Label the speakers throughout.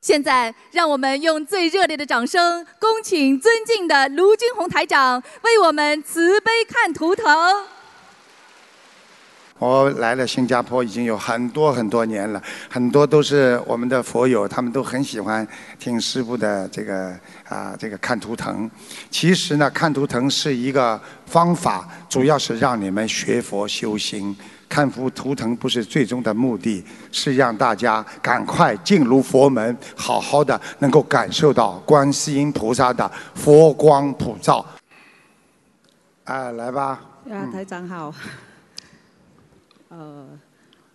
Speaker 1: 现在，让我们用最热烈的掌声，恭请尊敬的卢军红台长为我们慈悲看图腾。
Speaker 2: 我来了新加坡已经有很多很多年了，很多都是我们的佛友，他们都很喜欢听师傅的这个啊、这个看图腾。其实呢，看图腾是一个方法，主要是让你们学佛修心。看图图腾不是最终的目的，是让大家赶快进入佛门，好好的能够感受到观世音菩萨的佛光普照。啊，来吧。
Speaker 3: 啊，台长好。 呃，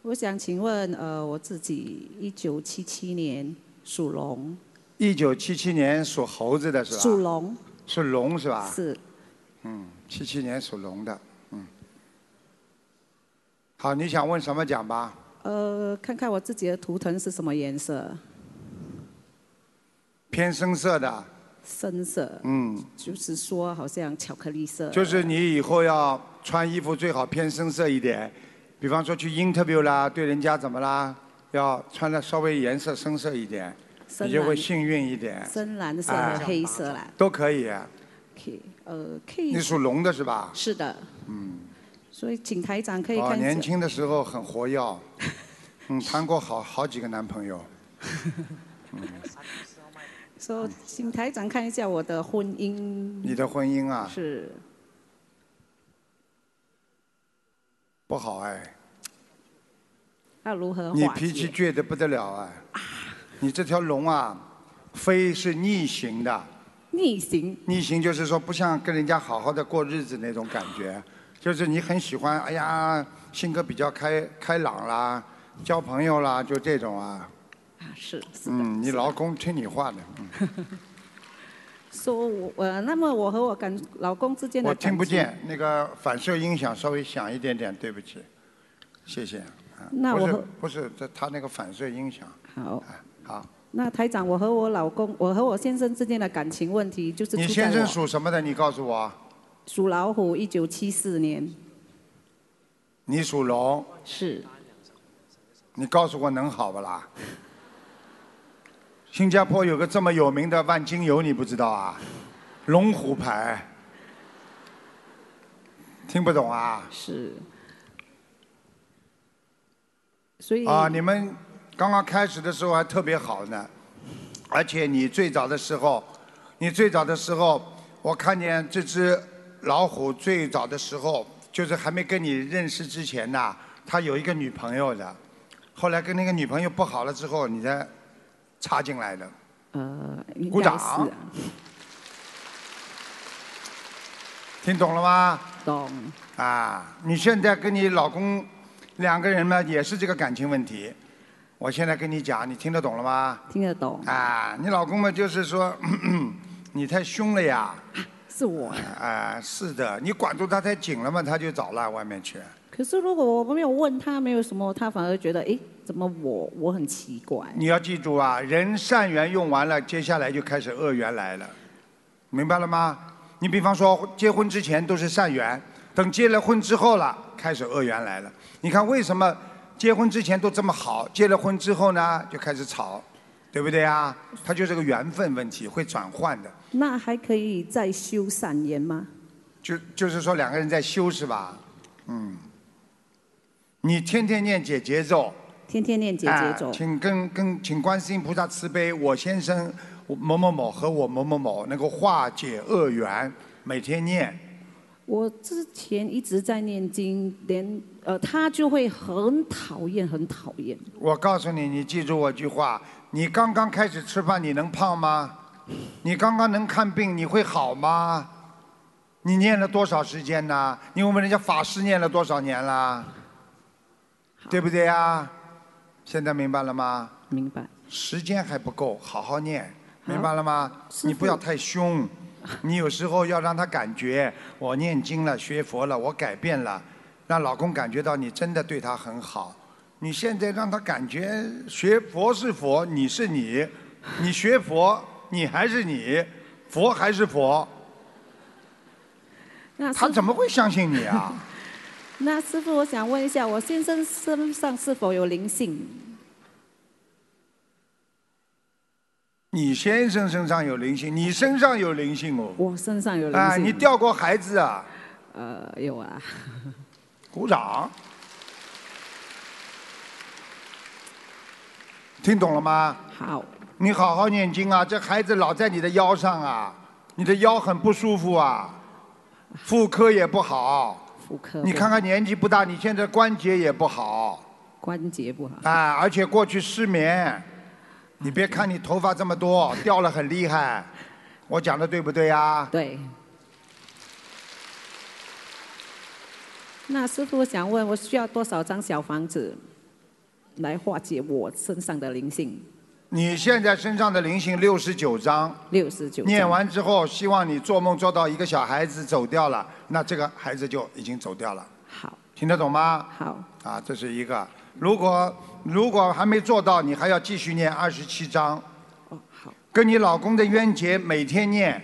Speaker 3: 我想请问，呃，我自己一九七七年属龙，
Speaker 2: 一九七七年属猴子的是吧？啊
Speaker 3: 属龙
Speaker 2: 属龙是吧？
Speaker 3: 是。
Speaker 2: 嗯，七七年属龙的，嗯。好，你想问什么讲吧？
Speaker 3: 呃，看看我自己的图腾是什么颜色？
Speaker 2: 偏深色的，
Speaker 3: 深色，
Speaker 2: 嗯，
Speaker 3: 就是说好像巧克力色。
Speaker 2: 就是你以后要穿衣服最好偏深色一点，比方说去 interview 啦，对人家怎么啦，要穿的稍微颜色深色一点，
Speaker 3: 深
Speaker 2: 你就会
Speaker 3: 蓝
Speaker 2: 幸运一点，
Speaker 3: 深蓝色
Speaker 2: 哎
Speaker 3: 和黑色啦。
Speaker 2: 都可以。
Speaker 3: K，呃，K。
Speaker 2: 你属龙的是吧？
Speaker 3: 是的，
Speaker 2: 嗯。
Speaker 3: 所以请台长可以
Speaker 2: 哦，
Speaker 3: 看一下。
Speaker 2: 年轻的时候很活 跃，嗯，谈过好好几个男朋友。
Speaker 3: 说、请台长看一下我的婚姻
Speaker 2: 你的婚姻啊，
Speaker 3: 是
Speaker 2: 不好哎，
Speaker 3: 要如何
Speaker 2: 你
Speaker 3: 化
Speaker 2: 脾气
Speaker 3: 解。
Speaker 2: 倔得不得了哎，
Speaker 3: 啊
Speaker 2: 你这条龙啊，飞是逆行的，
Speaker 3: 逆行，
Speaker 2: 逆行就是说不像跟人家好好的过日子那种感觉，就是你很喜欢，哎呀，性格比较开开朗啦，交朋友啦，就这种啊，
Speaker 3: 啊是是的。
Speaker 2: 嗯，你老公听你话的，嗯
Speaker 3: 说我呃，那么我和我感老公之间的
Speaker 2: 我听不
Speaker 3: 感情
Speaker 2: 见，那个反射音响稍微响一点点，对不起，谢谢。啊
Speaker 3: 那
Speaker 2: 不
Speaker 3: 我
Speaker 2: 是
Speaker 3: 和
Speaker 2: 不是，这他那个反射音响，啊
Speaker 3: 好，
Speaker 2: 好。
Speaker 3: 那台长，我和我老公，我和我先生之间的感情问题就是
Speaker 2: 你
Speaker 3: 出
Speaker 2: 先生
Speaker 3: 在我
Speaker 2: 属什么的？你告诉我。
Speaker 3: 属老虎，一九七四年
Speaker 2: 你属龙，
Speaker 3: 是
Speaker 2: 你告诉我能好不啦？新加坡有个这么有名的万金油，你不知道啊？龙虎牌，听不懂啊？
Speaker 3: 是，所以
Speaker 2: 啊，你们刚刚开始的时候还特别好呢，而且你最早的时候，你最早的时候，我看见这只老虎最早的时候，就是还没跟你认识之前呐、它有一个女朋友的，后来跟那个女朋友不好了之后，你才插进来的。
Speaker 3: 呃，应
Speaker 2: 鼓
Speaker 3: 该
Speaker 2: 掌
Speaker 3: 是啊
Speaker 2: 听懂了吗？
Speaker 3: 懂
Speaker 2: 啊，你现在跟你老公两个人嘛，也是这个感情问题。我现在跟你讲，你听得懂了吗？
Speaker 3: 听得懂，
Speaker 2: 啊，你老公嘛就是说， 你太凶了呀！
Speaker 3: 是我啊。
Speaker 2: 啊，是的，你管住他太紧了嘛，他就找了外面去。
Speaker 3: 可是如果我没有问他，没有什么，他反而觉得，诶，怎么我我很奇怪？
Speaker 2: 你要记住啊，人善缘用完了，接下来就开始恶缘来了，明白了吗？你比方说，结婚之前都是善缘，等结了婚之后了，开始恶缘来了。你看为什么结婚之前都这么好，结了婚之后呢，就开始吵，对不对啊？它就是个缘分问题，会转换的。
Speaker 3: 那还可以再修善言吗？
Speaker 2: 就就是说两个人在修是吧？嗯，你天天念解结咒，
Speaker 3: 天天念姐姐
Speaker 2: 啊
Speaker 3: 咒，
Speaker 2: 请跟跟请观世音菩萨慈悲，我先生我某某某和我某某某能够化解恶缘，每天念。
Speaker 3: 我之前一直在念经，连呃他就会很讨厌，很讨厌。
Speaker 2: 我告诉你，你记住我句话：你刚刚开始吃饭，你能胖吗？你刚刚能看病，你会好吗？你念了多少时间呢？你问问人家法师念了多少年啦，对不对啊？现在明白了吗？
Speaker 3: 明白，
Speaker 2: 时间还不够，好好念，
Speaker 3: 好
Speaker 2: 明白了吗？
Speaker 3: 师
Speaker 2: 你不要
Speaker 3: 父
Speaker 2: 太凶，你有时候要让他感觉我念经了，学佛了，我改变了，让老公感觉到你真的对他很好。你现在让他感觉学佛是佛，你是你，你学佛你还是你，佛还是佛，
Speaker 3: 那师
Speaker 2: 他怎么会相信你啊？
Speaker 3: 那师傅，我想问一下，我先生身上是否有灵性？
Speaker 2: 你先生身上有灵性，你身上有灵性哦。
Speaker 3: 我身上有灵性。
Speaker 2: 啊，你掉过孩子啊？
Speaker 3: 呃，有啊。
Speaker 2: 鼓掌。听懂了吗？
Speaker 3: 好。
Speaker 2: 你好好念经啊，这孩子老在你的腰上啊，你的腰很不舒服啊，妇科也不好。
Speaker 3: 妇科。
Speaker 2: 你看看年纪不大，你现在关节也不好。
Speaker 3: 关节不好。
Speaker 2: 啊，而且过去失眠。你别看你头发这么多，掉了很厉害。我讲的对不对啊？
Speaker 3: 对。那师傅想问，我需要多少张小房子来化解我身上的灵性？
Speaker 2: 你现在身上的灵性六十九章，
Speaker 3: 六十九。
Speaker 2: 念完之后，希望你做梦做到一个小孩子走掉了，那这个孩子就已经走掉了。
Speaker 3: 好。
Speaker 2: 听得懂吗？
Speaker 3: 好。
Speaker 2: 啊，这是一个。如果如果还没做到，你还要继续念二十七章。
Speaker 3: 哦，好。
Speaker 2: 跟你老公的冤结每天念，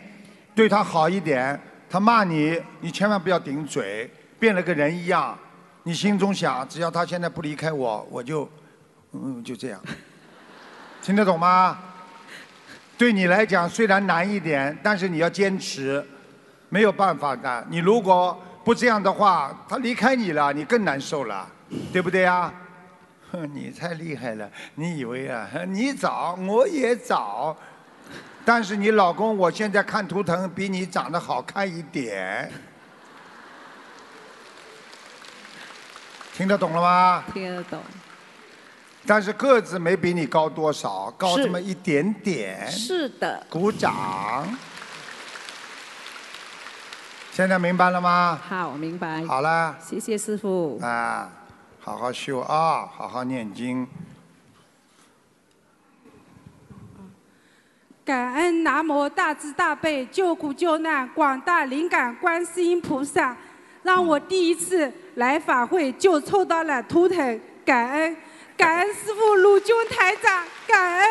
Speaker 2: 对他好一点。他骂你，你千万不要顶嘴，变了个人一样。你心中想，只要他现在不离开我，我就，嗯，就这样。听得懂吗？对你来讲虽然难一点，但是你要坚持，没有办法的。你如果不这样的话，他离开你了，你更难受了，对不对啊？ 哼，你太厉害了，你以为啊？ 哼你早，我也早，但是你老公，我现在看图腾比你长得好看一点，听得懂了吗？
Speaker 3: 听得懂。
Speaker 2: 但是个子没比你高多少，高
Speaker 3: 是
Speaker 2: 这么一点点。
Speaker 3: 是的。
Speaker 2: 鼓掌。现在明白了吗？
Speaker 3: 好，明白。
Speaker 2: 好了，
Speaker 3: 谢谢师傅。
Speaker 2: 啊，好好修啊，好好念经。
Speaker 4: 感恩南无大慈大悲救苦救难广大灵感观世音菩萨，让我第一次来法会就抽到了图腾，感恩，感恩师傅鲁军台长，感恩。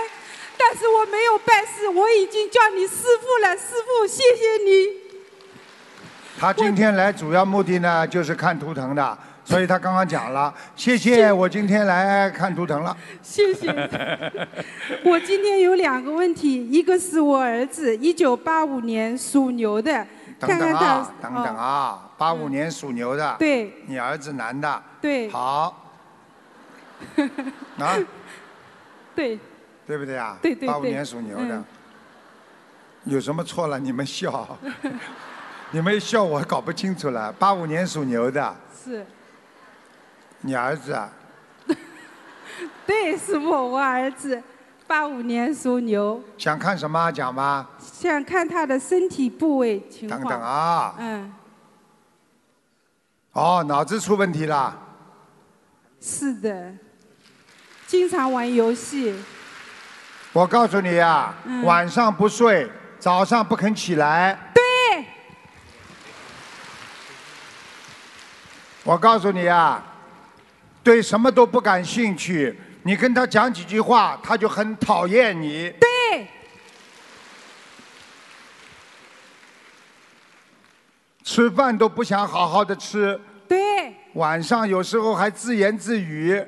Speaker 4: 但是我没有拜师，我已经叫你师傅了，师傅谢谢你。
Speaker 2: 他今天来主要目的呢，就是看图腾的，所以他刚刚讲了，谢谢我今天来看图腾了。
Speaker 4: 谢谢。我今天有两个问题，一个是我儿子，一九八五年属牛的，
Speaker 2: 等
Speaker 4: 看看
Speaker 2: 等
Speaker 4: 他
Speaker 2: 啊，等等
Speaker 4: 哦
Speaker 2: 啊，八五年属牛的，
Speaker 4: 对
Speaker 2: 你儿子男的，
Speaker 4: 对
Speaker 2: 好，啊，
Speaker 4: 对，
Speaker 2: 对不对啊？
Speaker 4: 对对对
Speaker 2: 八五年属牛的
Speaker 4: 嗯，
Speaker 2: 有什么错了？你们笑， 你们笑我搞不清楚了。八五年属牛的，
Speaker 4: 是。
Speaker 2: 你儿子啊，
Speaker 4: 对，师傅，我儿子八五年属牛，
Speaker 2: 想看什么讲吧。
Speaker 4: 想看他的身体部位情况。
Speaker 2: 等等！啊，
Speaker 4: 嗯，
Speaker 2: 哦，脑子出问题了，
Speaker 4: 是的，经常玩游戏，
Speaker 2: 我告诉你啊，
Speaker 4: 嗯
Speaker 2: 晚上不睡，早上不肯起来。
Speaker 4: 对，
Speaker 2: 我告诉你啊，对什么都不感兴趣。你跟他讲几句话，他就很讨厌你。
Speaker 4: 对，
Speaker 2: 吃饭都不想好好的吃，
Speaker 4: 对。
Speaker 2: 晚上有时候还自言自语，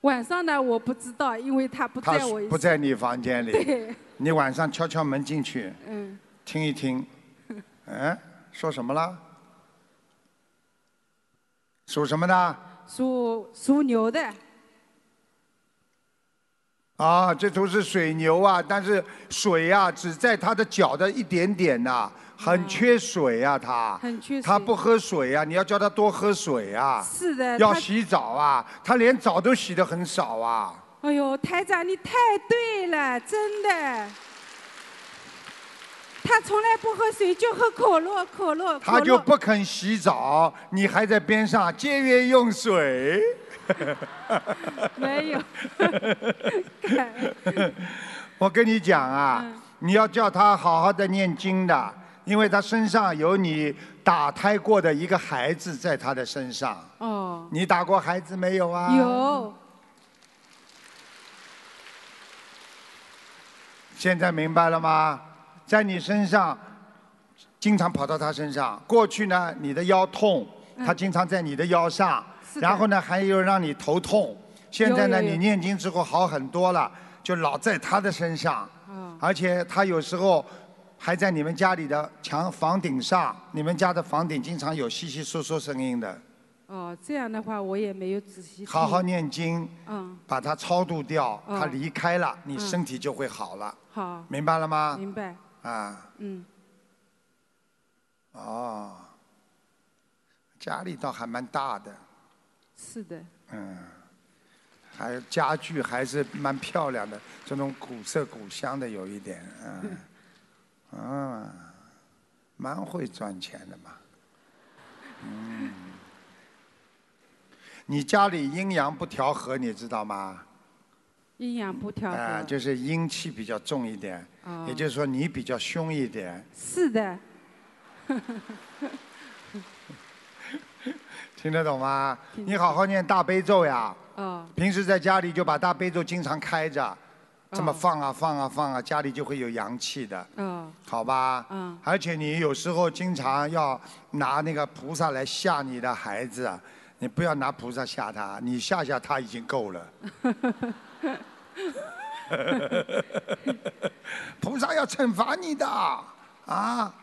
Speaker 4: 晚上呢，我不知道，因为他不
Speaker 2: 他
Speaker 4: 在我一
Speaker 2: 不在你房间里，
Speaker 4: 对，
Speaker 2: 你晚上敲敲门进去
Speaker 4: 嗯，
Speaker 2: 听一 听，嗯，说什么了？属什么的？
Speaker 4: 属属牛的，
Speaker 2: 啊，这头是水牛啊，但是水啊只在它的脚的一点点呐、很缺水啊，它
Speaker 4: 嗯很缺水
Speaker 2: 它不喝水啊，你要叫它多喝水啊，
Speaker 4: 是的，
Speaker 2: 要
Speaker 4: 他
Speaker 2: 洗澡啊，它连澡都洗得很少啊。
Speaker 4: 哎呦，台长，你太对了，真的。他从来不喝水，就喝可乐，可乐，可
Speaker 2: 他
Speaker 4: 乐。
Speaker 2: 就不肯洗澡，你还在边上节约用水。
Speaker 4: 没有，感恩
Speaker 2: 我跟你讲啊，
Speaker 4: 嗯
Speaker 2: 你要叫他好好的念经的，因为他身上有你打胎过的一个孩子在他的身上。
Speaker 4: 哦，
Speaker 2: 你打过孩子没有啊？。
Speaker 4: 有
Speaker 2: 现在明白了吗？在你身上，经常跑到他身上。过去呢，你的腰痛，他经常在你的腰上，
Speaker 4: 嗯是的
Speaker 2: 然后呢，还有让你头痛。现在呢，
Speaker 4: 有有有
Speaker 2: 你念经之后好很多了，就老在他的身上，而且他有时候还在你们家里的墙房顶上，你们家的房顶经常有窸窸窣窣声音的。
Speaker 4: 哦，这样的话我也没有仔细听
Speaker 2: 好好。念经，
Speaker 4: 嗯，
Speaker 2: 把它超度掉，
Speaker 4: 嗯
Speaker 2: 他离开了，你
Speaker 4: 嗯
Speaker 2: 身体就会好了，
Speaker 4: 好，
Speaker 2: 明白了吗？
Speaker 4: 明白。
Speaker 2: 啊，
Speaker 4: 嗯，
Speaker 2: 哦，家里倒还蛮大的，
Speaker 4: 是的。
Speaker 2: 嗯，还有家具还是蛮漂亮的，这种古色古香的有一点，嗯，啊，蛮会赚钱的嘛，嗯，你家里阴阳不调和，你知道吗？
Speaker 4: 阴阳不调和。
Speaker 2: 啊，就是阴气比较重一点，
Speaker 4: 嗯哦
Speaker 2: 也就是说你比较凶一点，
Speaker 4: 是的。
Speaker 2: 听得懂吗？
Speaker 4: 听得
Speaker 2: 你好好念大悲咒呀，
Speaker 4: 哦，
Speaker 2: 平时在家里就把大悲咒经常开着，
Speaker 4: 嗯
Speaker 2: 这么放啊放啊放啊，家里就会有阳气的，
Speaker 4: 哦，
Speaker 2: 好吧？
Speaker 4: 嗯
Speaker 2: 而且你有时候经常要拿那个菩萨来吓你的孩子，你不要拿菩萨吓他，你吓吓他已经够 了。菩萨要惩罚你的啊！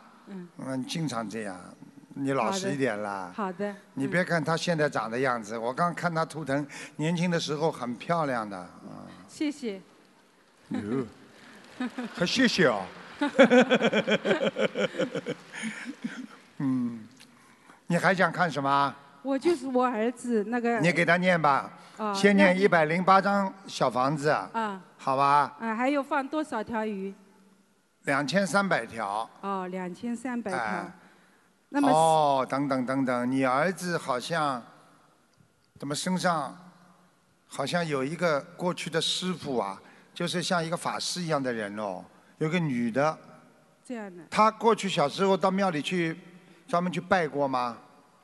Speaker 2: 嗯，经常这样，你老
Speaker 4: 好的
Speaker 2: 实一点啦。
Speaker 4: 好的。
Speaker 2: 你别看她现在长的样子，我刚看她图腾，年轻的时候很漂亮的啊。
Speaker 4: 谢谢。
Speaker 2: 哟，还谢谢哦。 嗯，你还想看什么？
Speaker 4: 我就是我儿子那个。
Speaker 2: 你给他念吧，
Speaker 4: 啊
Speaker 2: 先念一
Speaker 4: 那
Speaker 2: 百零八张小房子，
Speaker 4: 啊
Speaker 2: 好吧？
Speaker 4: 啊，还有放多少条鱼？
Speaker 2: 两千三百条。
Speaker 4: 哦，两千三百条
Speaker 2: 哎。
Speaker 4: 那么
Speaker 2: 哦，等等等等，你儿子好像怎么身上好像有一个过去的师傅啊，就是像一个法师一样的人哦，有个女的，
Speaker 4: 这样的，
Speaker 2: 她过去小时候到庙里去专门去拜过吗？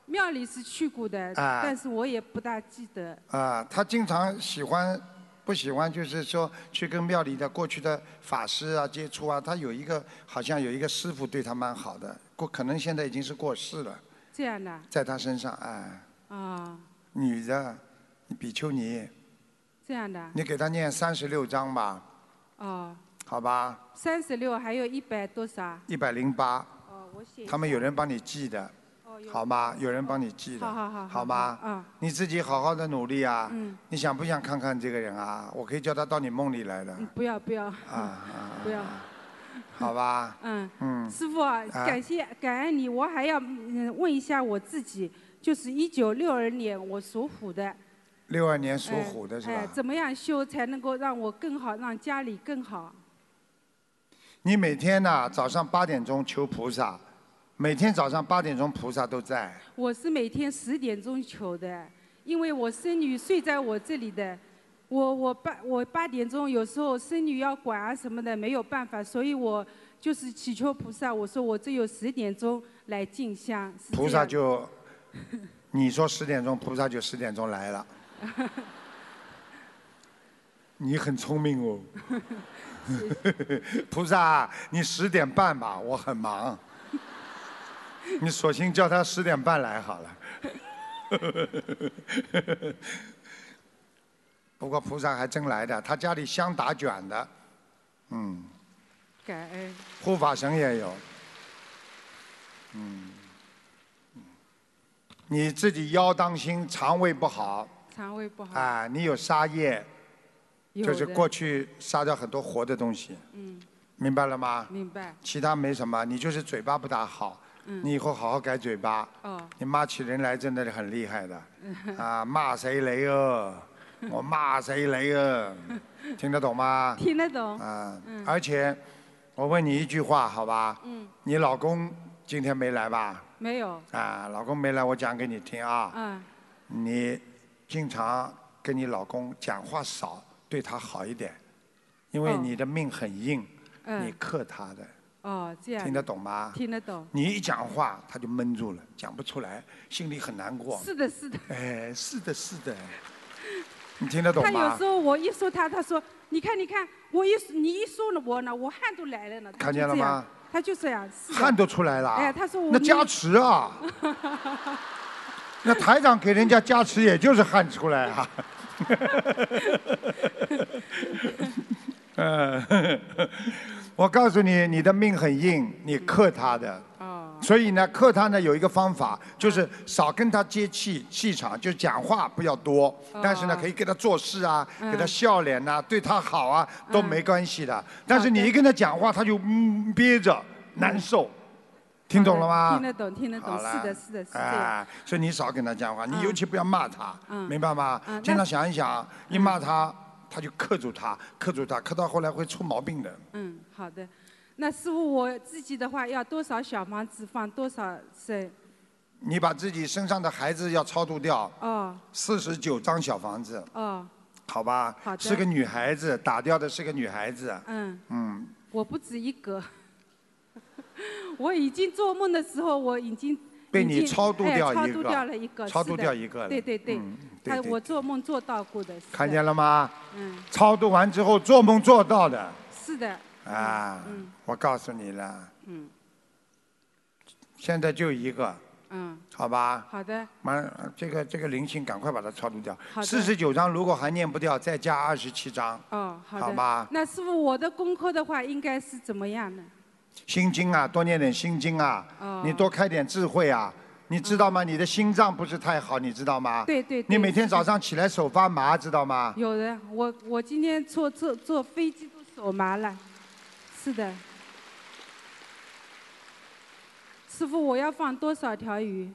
Speaker 4: 庙里是去过的，
Speaker 2: 哎
Speaker 4: 但是我也不大记得。
Speaker 2: 啊，她经常喜欢不喜欢就是说去跟庙里的过去的法师啊接触啊，她有一个好像有一个师傅对她蛮好的，过可能现在已经是过世了，
Speaker 4: 这样的
Speaker 2: 在她身上哎，
Speaker 4: 啊，
Speaker 2: 女的比丘尼。
Speaker 4: 这样的
Speaker 2: 你给他念三十六章吧，
Speaker 4: 哦，
Speaker 2: 好吧，
Speaker 4: 三十六还有一百多少？
Speaker 2: 一百零八，
Speaker 4: 哦，我写一下。
Speaker 2: 他们有人帮你记的，
Speaker 4: 哦，有
Speaker 2: 好吗？有人帮你记的，
Speaker 4: 好好好，
Speaker 2: 吗？
Speaker 4: 啊，
Speaker 2: 你自己好好的努力啊！
Speaker 4: 嗯
Speaker 2: 你想不想看看这个人啊？我可以叫他到你梦里来的，
Speaker 4: 嗯不要不要
Speaker 2: 啊
Speaker 4: 不要，
Speaker 2: 好吧？
Speaker 4: 嗯。
Speaker 2: 嗯，
Speaker 4: 师傅，感谢感恩你，我还要嗯问一下我自己，就是一九六二年我属虎的，
Speaker 2: 六二年属虎的是
Speaker 4: 哎哎
Speaker 2: 吧？
Speaker 4: 怎么样修才能够让我更好，让家里更好？
Speaker 2: 你每天呢、早上八点钟求菩萨，每天早上八点钟菩萨都在。
Speaker 4: 我是每天十点钟求的，因为我孙女睡在我这里的，我我八我八点钟有时候孙女要管啊什么的没有办法，所以我就是祈求菩萨，我说我只有十点钟来进香。是这
Speaker 2: 菩萨
Speaker 4: 样
Speaker 2: 就，你说十点钟，菩萨就十点钟来了。你很聪明哦，菩萨，你十点半吧，我很忙。你索性叫他十点半来好了。 不过菩萨还真来的，他家里香打卷的，嗯，
Speaker 4: 感恩，
Speaker 2: 护法神也有，嗯，你自己腰当心，肠胃不好
Speaker 4: 肠胃不好，
Speaker 2: 啊，你有沙叶，
Speaker 4: 有
Speaker 2: 就是
Speaker 4: 的
Speaker 2: 过去杀掉很多活的东西，
Speaker 4: 嗯，
Speaker 2: 明白了吗？
Speaker 4: 明白，
Speaker 2: 其他没什么，你就是嘴巴不大好，
Speaker 4: 嗯
Speaker 2: 你以后好好改嘴巴，
Speaker 4: 哦，嗯
Speaker 2: 你骂起人来真的是很厉害 的，啊，骂谁雷哦，我骂谁雷 哦，听得懂吗？
Speaker 4: 听得懂，
Speaker 2: 啊
Speaker 4: 嗯，
Speaker 2: 你老公今天没来吧？
Speaker 4: 没有，
Speaker 2: 啊，老公没来，我讲给你听啊。
Speaker 4: 嗯，
Speaker 2: 你经常跟你老公讲话少，对他好一点，因为
Speaker 4: 哦
Speaker 2: 你的命很硬，你
Speaker 4: 嗯，
Speaker 2: 克他的，
Speaker 4: 哦，这样
Speaker 2: 听得懂吗？
Speaker 4: 听得懂，
Speaker 2: 你一讲话，他就闷住了，讲不出来，心里很难过。
Speaker 4: 是的，是的。
Speaker 2: 哎，是的，是 的，你听得懂
Speaker 4: 他有
Speaker 2: 吗
Speaker 4: 时？候我一说他，他说：“你看，你看，我一你一说了我呢，我汗都来了呢。”
Speaker 2: 看见了吗？
Speaker 4: 他就这样，是的
Speaker 2: 汗都出来了。
Speaker 4: 哎他说
Speaker 2: 那
Speaker 4: 我们
Speaker 2: 加持 啊，那台长给人家加持，也就是汗出来啊。嗯， 我告诉你，你的命很硬，你克他的。
Speaker 4: 哦，
Speaker 2: 所以呢，克他呢有一个方法，就是少跟他接气气场，就讲话不要多，但是呢，可以给他做事啊，
Speaker 4: 哦嗯
Speaker 2: 给他笑脸呐、对他好啊，都没关系的。但是你一跟他讲话，他就嗯憋着，难受，听懂了吗？
Speaker 4: 听得懂，听得懂，
Speaker 2: 好
Speaker 4: 是
Speaker 2: 了
Speaker 4: 的，是的，是这样。
Speaker 2: 哎，所以你少跟他讲话，你
Speaker 4: 嗯
Speaker 2: 尤其不要骂他，
Speaker 4: 嗯
Speaker 2: 明白吗
Speaker 4: 嗯？
Speaker 2: 经
Speaker 4: 那嗯
Speaker 2: 常想一想，啊一骂他，他就克住他，克住他，克到后来会出毛病的。
Speaker 4: 嗯，好的。那师傅，我自己的话要多少小房子放多少身？
Speaker 2: 你把自己身上的孩子要超度掉，
Speaker 4: 哦
Speaker 2: 四十九张小房子，
Speaker 4: 哦，
Speaker 2: 好吧？
Speaker 4: 好的
Speaker 2: 是个女孩子，打掉的是个女孩子。
Speaker 4: 嗯，
Speaker 2: 嗯，
Speaker 4: 我不止一格。 我已经做梦的时候，我已经
Speaker 2: 被
Speaker 4: 已
Speaker 2: 你
Speaker 4: 经
Speaker 2: 超度
Speaker 4: 哎
Speaker 2: 掉
Speaker 4: 超
Speaker 2: 一
Speaker 4: 度
Speaker 2: 个
Speaker 4: 掉了一个，
Speaker 2: 超
Speaker 4: 是
Speaker 2: 度
Speaker 4: 的
Speaker 2: 掉一个了
Speaker 4: 对对对，
Speaker 2: 嗯对
Speaker 4: 他
Speaker 2: 对
Speaker 4: 我
Speaker 2: 对
Speaker 4: 做梦做到过的，是
Speaker 2: 看
Speaker 4: 的
Speaker 2: 见了吗？
Speaker 4: 嗯，
Speaker 2: 超度完之后做梦做到的
Speaker 4: 是的，
Speaker 2: 啊！我告诉你了，
Speaker 4: 嗯
Speaker 2: 现在就一个，
Speaker 4: 嗯，
Speaker 2: 好吧？
Speaker 4: 好的，
Speaker 2: 马这个这个灵性赶快把它超度掉。
Speaker 4: 好的
Speaker 2: 四十九章如果还念不掉，再加二十七章。
Speaker 4: 哦，好的。
Speaker 2: 好吧
Speaker 4: 那师傅，我的功课的话应该是怎么样呢？
Speaker 2: 心经啊，多念点心经啊，
Speaker 4: 哦嗯
Speaker 2: 你多开点智慧啊。你知道吗？你的心脏不是太好，你知道吗？
Speaker 4: 对对对
Speaker 2: 你每天早上起来手发麻，知道吗？
Speaker 4: 有的，我我今天坐坐坐飞机都手麻了，是的。师傅，我要放多少条鱼？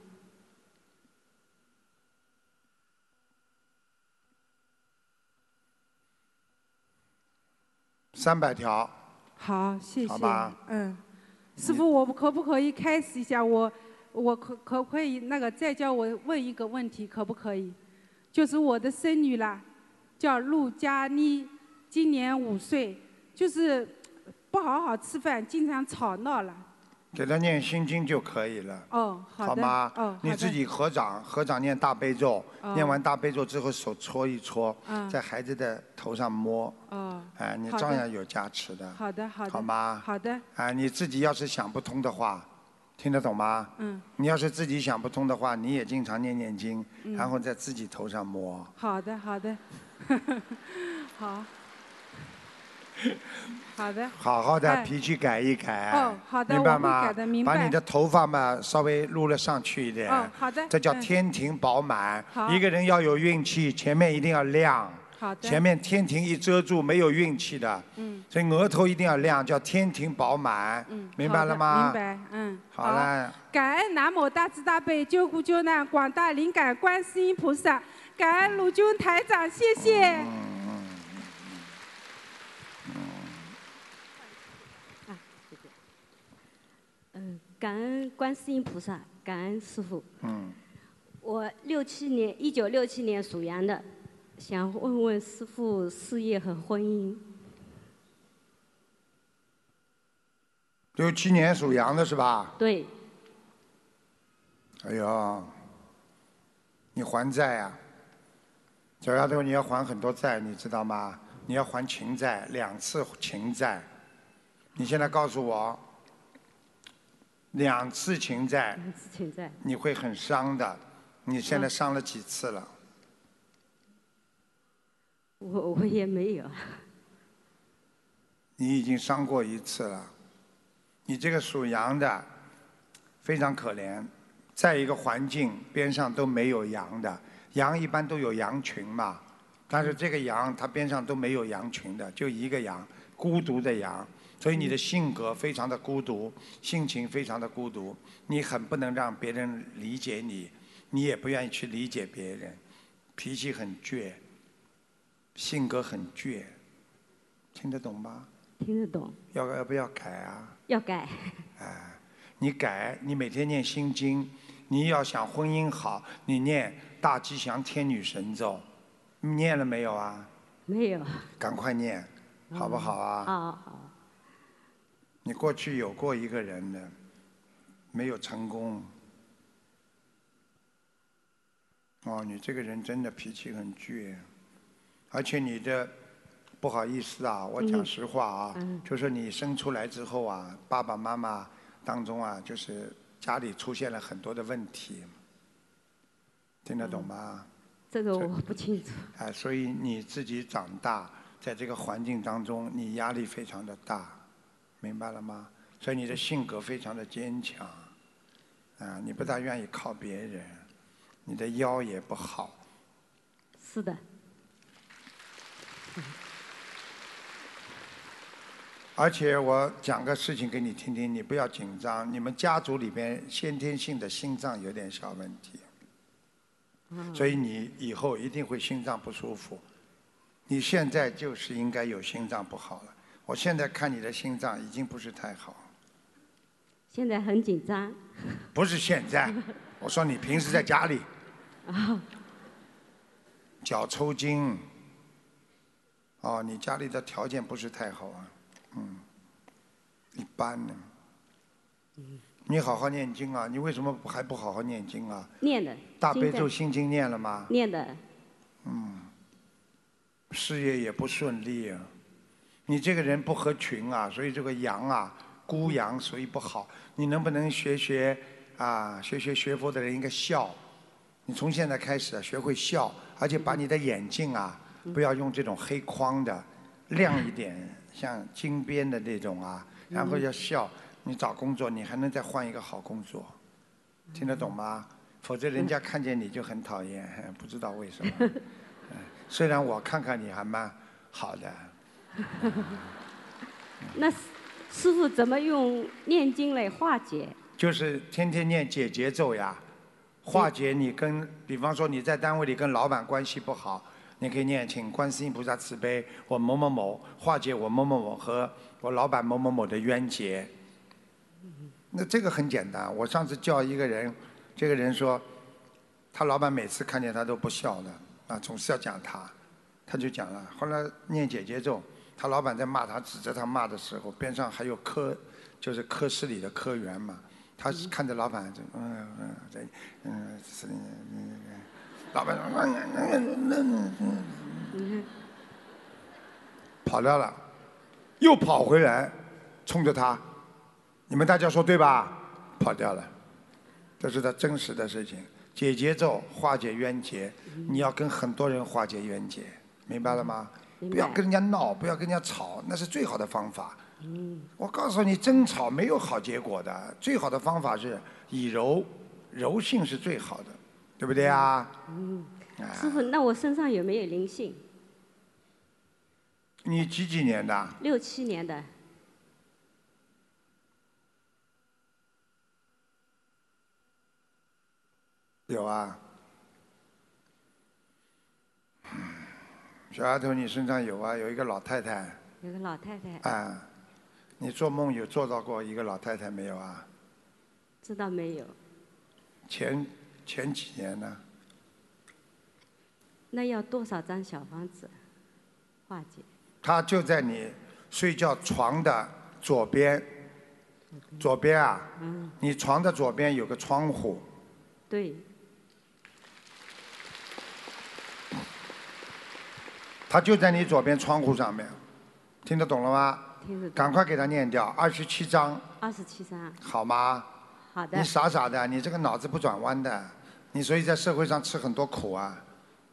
Speaker 2: 三百条，
Speaker 4: 好，谢谢。
Speaker 2: 好吧
Speaker 4: 嗯，师傅，我可不可以开始一下？我我可可不可以那个再叫我问一个问题，可不可以？就是我的孙女啦，叫陆佳妮，今年五岁，就是不好好吃饭，经常吵闹了。
Speaker 2: 给他念心经就可以了，
Speaker 4: 哦，好的。
Speaker 2: 吗？
Speaker 4: 哦，
Speaker 2: 你
Speaker 4: 好的
Speaker 2: 自己合掌，合掌念大悲咒，
Speaker 4: 哦
Speaker 2: 念完大悲咒之后手搓一搓，
Speaker 4: 嗯
Speaker 2: 在孩子的头上摸，
Speaker 4: 哦，
Speaker 2: 哎，你
Speaker 4: 好的
Speaker 2: 照样有加持的。
Speaker 4: 好的，好的，
Speaker 2: 好吗
Speaker 4: 好的，
Speaker 2: 啊，你自己要是想不通的话，听得懂吗？
Speaker 4: 嗯，
Speaker 2: 你要是自己想不通的话，你也经常念念经，
Speaker 4: 嗯
Speaker 2: 然后在自己头上摸。
Speaker 4: 好的，好 的，好，好的，
Speaker 2: 好好的
Speaker 4: 哎
Speaker 2: 脾气改一改，
Speaker 4: 哦好的
Speaker 2: 哎明白
Speaker 4: 我会
Speaker 2: 吗？
Speaker 4: 改的明
Speaker 2: 把你
Speaker 4: 白
Speaker 2: 的头发嘛稍微撸了上去一点，
Speaker 4: 哦好的
Speaker 2: 这叫
Speaker 4: 嗯
Speaker 2: 天庭饱满。
Speaker 4: 好
Speaker 2: 一个人要有运气，前面一定要亮，
Speaker 4: 好的，
Speaker 2: 前面天庭一遮住没有运气的，
Speaker 4: 嗯
Speaker 2: 所以额头一定要亮，叫天庭饱满，
Speaker 4: 嗯，
Speaker 2: 明
Speaker 4: 好
Speaker 2: 白
Speaker 4: 的
Speaker 2: 了吗？
Speaker 4: 明白，嗯，
Speaker 2: 好。了，
Speaker 4: 感恩南无大慈大悲救苦救难广大灵感观世音菩萨，感恩鲁军台长，谢谢。
Speaker 2: 嗯
Speaker 5: 嗯，感恩观世音菩萨，感恩师傅。
Speaker 2: 嗯，
Speaker 5: 我六七年，一九六七年属羊的，想问问师傅事业和婚姻。
Speaker 2: 六七年属羊的是吧？
Speaker 5: 对，
Speaker 2: 哎呦，你还债啊？小丫头，你要还很多债，你知道吗？你要还情债，两次情债。你现在告诉我，两次情债
Speaker 5: 两次情在。
Speaker 2: 你会很伤的。你现在伤了几次了？
Speaker 5: 我我也没有。
Speaker 2: 你已经伤过一次了。你这个属羊的非常可怜，在一个环境边上都没有羊的，羊一般都有羊群嘛，但是这个羊它边上都没有羊群的，就一个羊，孤独的羊，所以你的性格非常的孤独，性情非常的孤独，你很不能让别人理解你，你也不愿意去理解别人，脾气很倔，性格很倔，听得懂吗？
Speaker 5: 听得懂，
Speaker 2: 要要不要改啊？
Speaker 5: 要改。
Speaker 2: 你改，你每天念心经，你要想婚姻好，你念大吉祥天女神咒，你念了没有啊？
Speaker 5: 没有。
Speaker 2: 赶快念，好不好啊？
Speaker 5: 好好。
Speaker 2: 你过去有过一个人的，没有成功。哦，你这个人真的脾气很倔，而且你的不好意思啊，我讲实话啊，就说你生出来之后啊，爸爸妈妈当中啊，就是家里出现了很多的问题，听得懂吗？
Speaker 5: 这个我不清楚。
Speaker 2: 啊，所以你自己长大，在这个环境当中，你压力非常的大，明白了吗？所以你的性格非常的坚强，啊，你不大愿意靠别人，你的腰也不好，
Speaker 5: 是的，
Speaker 2: 而且我讲个事情给你听听，你不要紧张。你们家族里边先天性的心脏有点小问题，
Speaker 6: 嗯
Speaker 2: 所以你以后一定会心脏不舒服。你现在就是应该有心脏不好了。我现在看你的心脏已经不是太好，
Speaker 5: 现在很紧张。
Speaker 2: 不是现在，我说你平时在家里
Speaker 5: 啊，
Speaker 2: 脚抽筋。哦，你家里的条件不是太好啊，嗯，一般呢。你好好念经啊，你为什么还不好好念经啊？
Speaker 5: 念的
Speaker 2: 大悲咒、
Speaker 5: 现
Speaker 2: 心经念了吗
Speaker 5: 在？念的
Speaker 2: 嗯，事业也不顺利啊。你这个人不合群啊，所以这个阳啊，孤阳，所以不好。你能不能学学啊？学学学佛的人应该笑。你从现在开始啊，学会笑，而且把你的眼镜啊，不要用这种黑框的，亮一点，像金边的那种啊。然后要笑。你找工作，你还能再换一个好工作，听得懂吗？否则人家看见你就很讨厌， 不知道为什么。嗯虽然我看看你还蛮好的，
Speaker 5: 那师师傅怎么用念经来化解？
Speaker 2: 就是天天念解结咒呀，化解你跟，比方说你在单位里跟老板关系不好，你可以念请观世音菩萨慈悲，我某某某化解我某某某和我老板某某某的冤结。那这个很简单，我上次叫一个人，这个人说，他老板每次看见他都不笑的，啊，总是要讲他，他就讲了。后来念姐姐咒，他老板在骂他，指着他骂的时候，边上还有科，就是科室里的科员嘛，他是看着老板就嗯嗯在嗯是嗯嗯，嗯老板嗯嗯嗯嗯嗯
Speaker 5: 嗯
Speaker 2: 跑掉了，又跑回来，冲着他，你们大家说对吧？跑掉了，这是他真实的事情。解结咒化解冤结，你要跟很多人化解冤结，明白了吗？
Speaker 5: 明白
Speaker 2: 不要跟人家闹，不要跟人家吵，那是最好的方法。
Speaker 5: 嗯
Speaker 2: 我告诉你，争吵没有好结果的，最好的方法是以柔，柔性是最好的，对不对啊？
Speaker 5: 嗯，师傅， 那我身上有没有灵性？
Speaker 2: 你几几年的？
Speaker 5: 六七年的，
Speaker 2: 有啊。嗯小丫头，你身上有啊，有一个老太太
Speaker 5: 有个老太太，
Speaker 2: 啊，你做梦有做到过一个老太太没有啊？
Speaker 5: 知道没有？
Speaker 2: 前前几年呢，
Speaker 5: 那要多少张小房子化解？
Speaker 2: 她就在你睡觉床的左边，左边啊，
Speaker 5: 嗯，
Speaker 2: 你床的左边有个窗户，
Speaker 5: 对，
Speaker 2: 她就在你左边窗户上面，听得懂了吗？
Speaker 5: 听得懂。
Speaker 2: 赶快给她念掉二十七章，
Speaker 5: 二十七张，啊
Speaker 2: 好吗？
Speaker 5: 好的
Speaker 2: 你，傻傻的，你这个脑子不转弯的，你所以在社会上吃很多苦啊！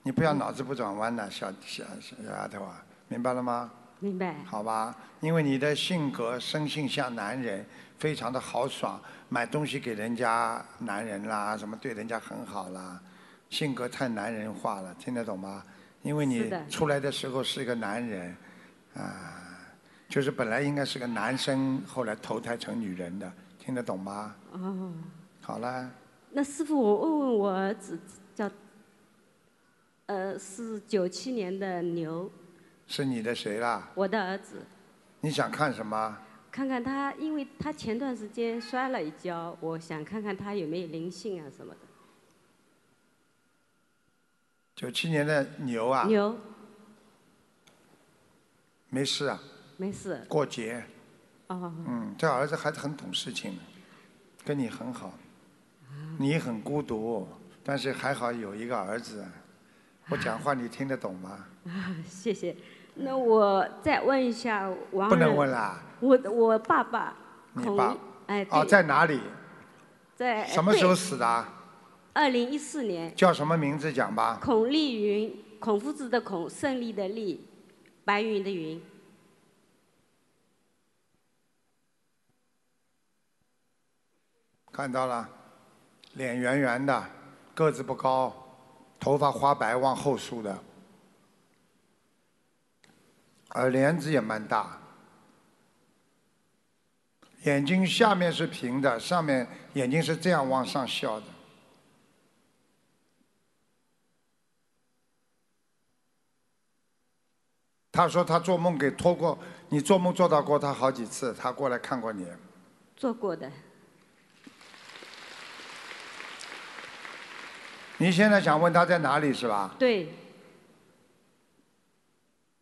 Speaker 2: 你不要脑子不转弯的，小小小丫头啊，明白了吗？
Speaker 5: 明白。
Speaker 2: 好吧，因为你的性格生性像男人，非常的豪爽，买东西给人家男人啦，什么对人家很好啦，性格太男人化了，听得懂吗？因为
Speaker 5: 是
Speaker 2: 你
Speaker 5: 的
Speaker 2: 出来的时候是个男人，啊，就是本来应该是个男生，后来投胎成女人的，听得懂吗？
Speaker 5: 哦，
Speaker 2: 好了。
Speaker 5: 那师傅，我问问我只叫，呃，是九七年的牛，
Speaker 2: 是你的谁啦？
Speaker 5: 我的儿子，
Speaker 2: 你想看什么？
Speaker 5: 看看他，因为他前段时间摔了一跤，我想看看他有没有灵性啊什么的。
Speaker 2: 九七年的牛啊，
Speaker 5: 牛，
Speaker 2: 没事啊，
Speaker 5: 没事。
Speaker 2: 过节。
Speaker 5: 哦，
Speaker 2: 嗯，这儿子还是很懂事情，跟你很好。你很孤独，但是还好有一个儿子。我讲话你听得懂吗？
Speaker 5: 谢谢。那我再问一下王
Speaker 2: 不能
Speaker 5: 仁
Speaker 2: 问啦。
Speaker 5: 我的我爸爸，
Speaker 2: 你
Speaker 5: 孔
Speaker 2: 爸
Speaker 5: 哎，
Speaker 2: 哦，
Speaker 5: 对哎
Speaker 2: 在哪里？
Speaker 5: 在
Speaker 2: 什么时候？死的啊？
Speaker 5: 二零一四年，
Speaker 2: 叫什么名字讲吧？
Speaker 5: 孔丽云，孔夫子的孔，胜利的利，白云的云，
Speaker 2: 看到了，脸圆圆的，个子不高，头发花白往后梳的，耳呃帘子也蛮大，眼睛下面是平的，上面眼睛是这样往上笑的。他说他做梦给托过，你做梦做到过他好几次，他过来看过你。
Speaker 5: 做过的。
Speaker 2: 你现在想问他在哪里是吧？
Speaker 5: 对，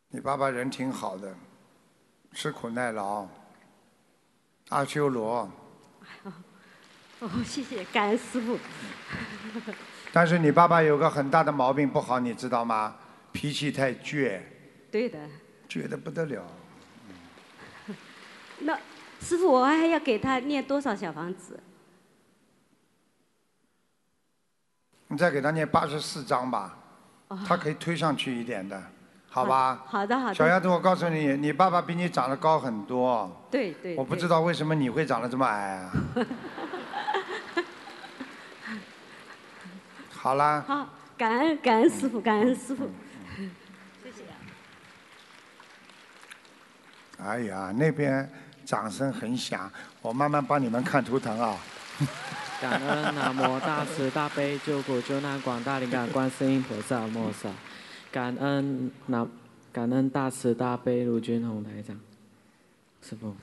Speaker 2: 你爸爸人挺好的，吃苦耐劳，阿修罗。
Speaker 5: 哦，谢谢，感恩师傅。
Speaker 2: 但是你爸爸有个很大的毛病不好，你知道吗？脾气太倔，
Speaker 5: 对的，
Speaker 2: 倔得不得了。
Speaker 5: 那师傅，我还要给他念多少小房子？
Speaker 2: 你再给他念八十四章吧，他可以推上去一点的，好吧？
Speaker 5: 哦好的，好的。
Speaker 2: 小丫头，我告诉你，你爸爸比你长得高很多。
Speaker 5: 对对。
Speaker 2: 我不
Speaker 5: 对
Speaker 2: 知。道为什么你会长得这么矮 啊。好啦，
Speaker 5: 好，感恩感恩师傅，感恩师傅。
Speaker 2: 哎呀，那边掌声很响，我慢慢帮你们看图腾啊。
Speaker 7: 感恩南无大慈大悲救苦救难广大灵感观世音菩萨摩诃萨，感恩南感恩大慈大悲卢军宏台长，师傅，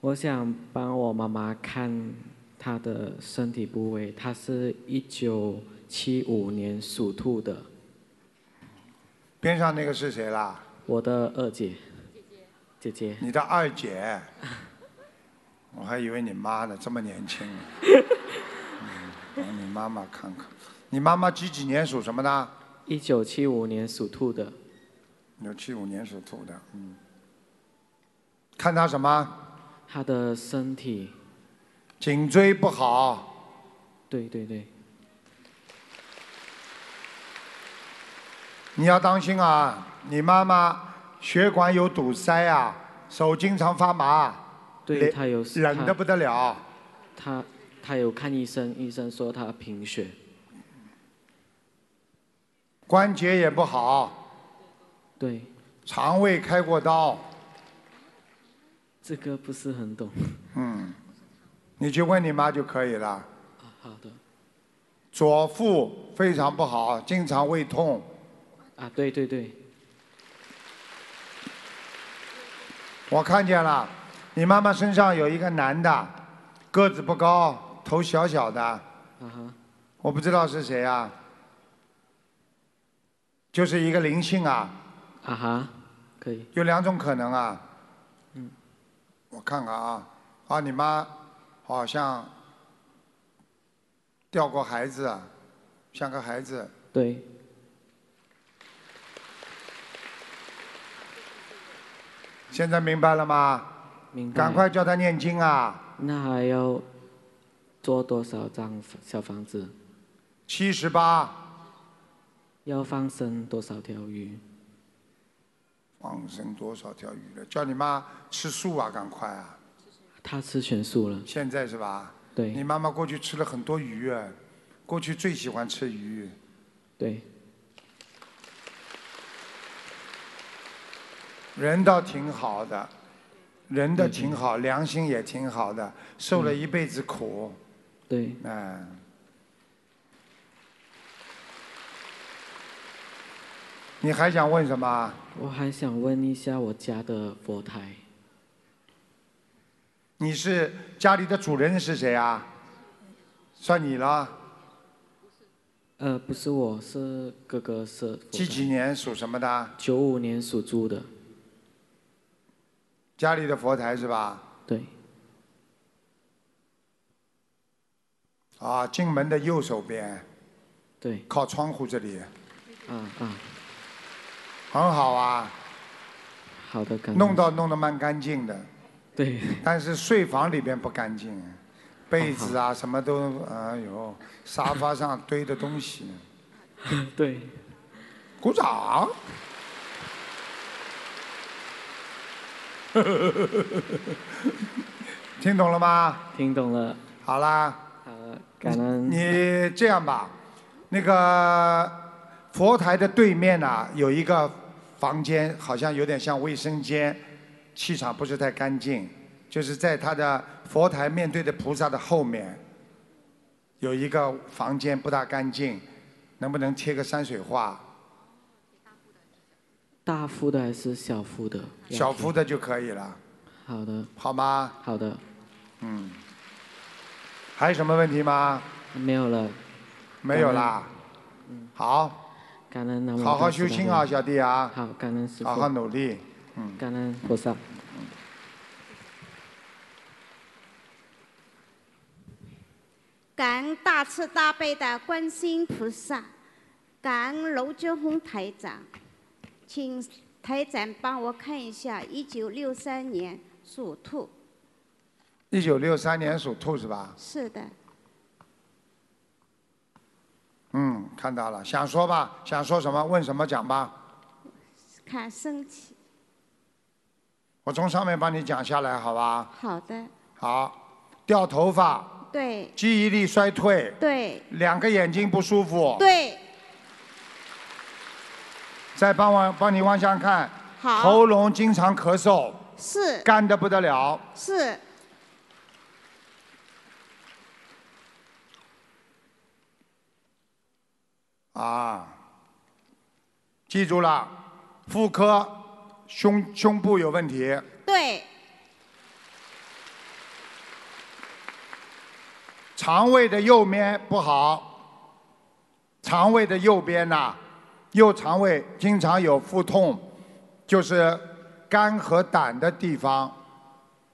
Speaker 7: 我想帮我妈妈看她的身体部位，她是一九七五年属兔的，
Speaker 2: 边上那个是谁啦？
Speaker 7: 我的二姐，姐姐，
Speaker 2: 你的二姐，我还以为你妈呢，这么年 轻呢。嗯帮你妈妈看看，你妈妈几几年属什么的？
Speaker 7: 一九七五年属兔的，
Speaker 2: 有七五年属兔的，嗯。看她什么？
Speaker 7: 她的身体，
Speaker 2: 颈椎不好，
Speaker 7: 对对对，
Speaker 2: 你要当心啊！你妈妈血管有堵塞啊，手经常发麻，
Speaker 7: 对
Speaker 2: 冷
Speaker 7: 她有
Speaker 2: 冷
Speaker 7: 她
Speaker 2: 的不得了。
Speaker 7: 他他有看医生，医生说他贫血，
Speaker 2: 关节也不好，
Speaker 7: 对，
Speaker 2: 肠胃开过刀。
Speaker 7: 这个不是很懂。
Speaker 2: 嗯，你去问你妈就可以了。
Speaker 7: 啊，好的，
Speaker 2: 左腹非常不好，经常胃痛，
Speaker 7: 啊，对对对，
Speaker 2: 我看见了。你妈妈身上有一个男的，个子不高，头小小的，
Speaker 7: 啊哈，
Speaker 2: 我不知道是谁啊，就是一个灵性啊，
Speaker 7: 啊哈，可以，
Speaker 2: 有两种可能啊。嗯，我看看啊，啊，你妈好像掉过孩子，啊，像个孩子，
Speaker 7: 对，
Speaker 2: 现在明白了吗？
Speaker 7: 明白。
Speaker 2: 赶快，叫她念经啊，
Speaker 7: 那还要做多少张小房子？
Speaker 2: 七十八。
Speaker 7: 要放生多少条鱼？
Speaker 2: 放生多少条鱼了？叫你妈吃素啊，赶快啊！
Speaker 7: 他吃全素了，
Speaker 2: 现在是吧？你
Speaker 7: 对
Speaker 2: 妈妈过去吃了很多鱼啊，过去最喜欢吃鱼。
Speaker 7: 对，
Speaker 2: 人倒挺好的，人的挺好，良心也挺好的，受了一辈子苦，
Speaker 7: 对，
Speaker 2: 嗯。你还想问什么？
Speaker 7: 我还想问一下我家的佛台，
Speaker 2: 你是家里的主人是谁啊？算你了。
Speaker 7: 呃，不是我是哥哥是佛
Speaker 2: 几几
Speaker 7: 台，
Speaker 2: 年属什么的？
Speaker 7: 九五年属猪的，
Speaker 2: 家里的佛台是吧？
Speaker 7: 对，
Speaker 2: 啊，进门的右手边，
Speaker 7: 对，
Speaker 2: 靠窗户这里，
Speaker 7: 啊啊，
Speaker 2: 很好啊，
Speaker 7: 好的，感恩
Speaker 2: 弄到弄得蛮干净的，
Speaker 7: 对，啊
Speaker 2: 但是睡房里边不干净，被子啊什么都，哎呦，沙发上堆的东 西，
Speaker 7: 对，
Speaker 2: 鼓掌。听懂了吗？
Speaker 7: 听懂了。
Speaker 2: 好啦。
Speaker 7: 好了，感恩。
Speaker 2: 你这样吧，那个佛台的对面呐、有一个房间，好像有点像卫生间，气场不是太干净，就是在他的佛台面对的菩萨的后面，有一个房间不大干净，能不能贴个山水画？
Speaker 7: 大幅的还是小幅的？
Speaker 2: 小幅的就可以了，
Speaker 7: 好的，
Speaker 2: 好吗？
Speaker 7: 好的，
Speaker 2: 嗯。还有什么问题吗？
Speaker 7: 没有了。
Speaker 2: 没有啦。好，
Speaker 7: 感恩南无
Speaker 2: 好好
Speaker 7: 大慈
Speaker 2: 修
Speaker 7: 大
Speaker 2: 心
Speaker 7: 悲
Speaker 2: 啊，小弟啊，
Speaker 7: 好，感恩师傅。
Speaker 2: 好好努力。嗯
Speaker 7: 感恩菩 萨。
Speaker 8: 感恩大慈大悲的观世音菩萨，感恩娄俊宏台长，请台长帮我看一下，一九六三年属兔，
Speaker 2: 一九六三年属兔是吧？
Speaker 8: 是的，
Speaker 2: 嗯，看到了，想说吧，想说什么问什么讲吧，
Speaker 8: 看身体，
Speaker 2: 我从上面帮你讲下来，好吧？
Speaker 8: 好的，
Speaker 2: 好，掉头发，
Speaker 8: 对
Speaker 2: 记忆力衰退，
Speaker 8: 对
Speaker 2: 两个眼睛不舒服。
Speaker 8: 对，
Speaker 2: 再帮我帮你往下看，
Speaker 8: 好，
Speaker 2: 喉咙经常咳嗽，
Speaker 8: 是
Speaker 2: 干的不得了，
Speaker 8: 是
Speaker 2: 啊，记住了，妇科、胸胸部有问题，
Speaker 8: 对
Speaker 2: 肠胃的右面不好，肠胃的右边呐、右肠胃经常有腹痛，就是肝和胆的地方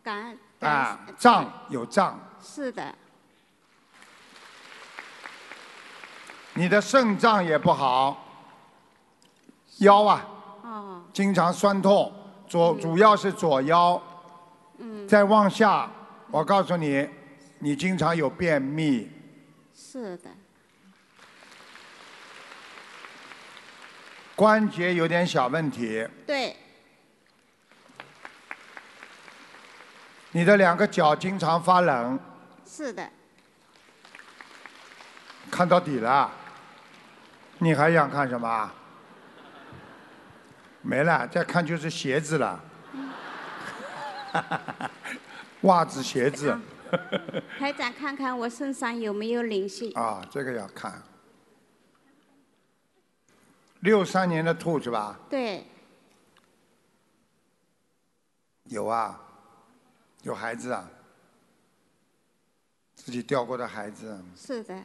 Speaker 8: 感恩
Speaker 2: 啊
Speaker 8: 感恩，
Speaker 2: 胀有胀。
Speaker 8: 是的，
Speaker 2: 你的肾脏也不好，腰啊
Speaker 8: 哦
Speaker 2: 经常酸痛，左主要是左腰，
Speaker 8: 嗯
Speaker 2: 再往下，我告诉你，你经常有便秘，
Speaker 8: 是的，
Speaker 2: 关节有点小问题，
Speaker 8: 对
Speaker 2: 你的两个脚经常发冷，
Speaker 8: 是的，
Speaker 2: 看到底了，你还想看什么？没了，再看就是鞋子了， 袜子、鞋子
Speaker 8: 台长看看我身上有没有灵性，
Speaker 2: 啊，这个要看。六三年的兔是吧？
Speaker 8: 对
Speaker 2: 有啊，有孩子啊，自己掉过的孩子，
Speaker 8: 是的，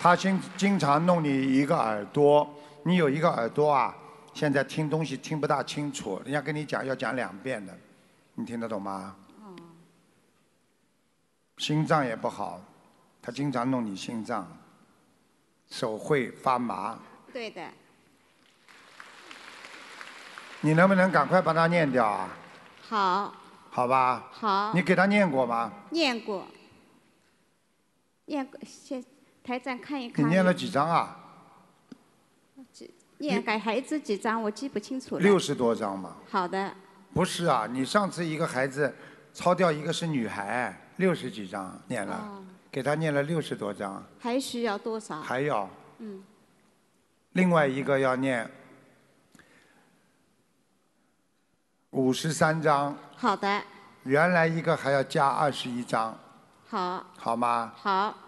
Speaker 2: 他经经常弄你一个耳朵，你有一个耳朵啊，现在听东西听不大清楚，人家跟你讲要讲两遍的，你听得懂吗？心脏也不好，他经常弄你心脏，手会发麻，
Speaker 8: 对的。
Speaker 2: 你能不能赶快把它念掉啊？
Speaker 8: 好
Speaker 2: 好吧，
Speaker 8: 好
Speaker 2: 你给他念过吗？
Speaker 8: 念过，念过，先台长看一
Speaker 2: 你
Speaker 8: 看。
Speaker 2: 念了几张啊？
Speaker 8: 念给孩子几张，我记不清楚了。
Speaker 2: 六。十多张嘛。
Speaker 8: 好的，
Speaker 2: 不是啊，你上次一个孩子抄掉一个是女孩，六十几张念了，
Speaker 8: 哦
Speaker 2: 给他念了六十多张，
Speaker 8: 还需要多少？
Speaker 2: 还要
Speaker 8: 嗯，
Speaker 2: 另外一个要念五十三张，
Speaker 8: 好的，
Speaker 2: 原来一个还要加二十一张，
Speaker 8: 好，
Speaker 2: 好吗？嗯
Speaker 8: 好，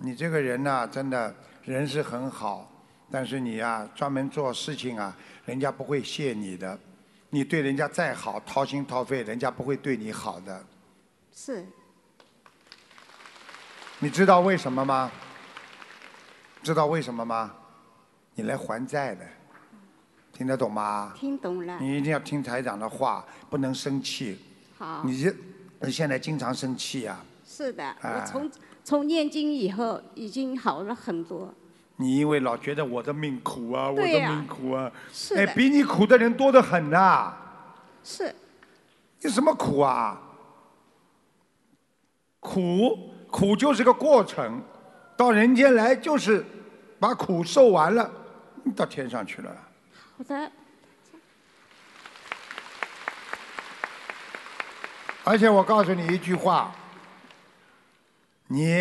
Speaker 2: 你这个人呢、真的人是很好，但是你呀、专门做事情啊，人家不会谢你的。你对人家再好，掏心掏肺，人家不会对你好的。
Speaker 8: 是
Speaker 2: 你知道为什么吗？知道为什么吗？你来还债的，听得懂吗？
Speaker 8: 听啊懂了。
Speaker 2: 你一定要听台长的话，不能生气。
Speaker 8: 好，
Speaker 2: 你这你现在经常生气呀、
Speaker 8: 是的，
Speaker 2: 哎
Speaker 8: 我从从念经以后已经好了很多。
Speaker 2: 你因为老觉得我的命苦啊，我的
Speaker 8: 对呀
Speaker 2: 命苦啊，
Speaker 8: 是
Speaker 2: 哎，
Speaker 8: 的，
Speaker 2: 比你苦的人多得很呐、
Speaker 8: 是
Speaker 2: 有什么苦啊？苦苦就是个过程，到人间来就是把苦受完了，你到天上去了。
Speaker 5: 好的，
Speaker 2: 而且我告诉你一句话，你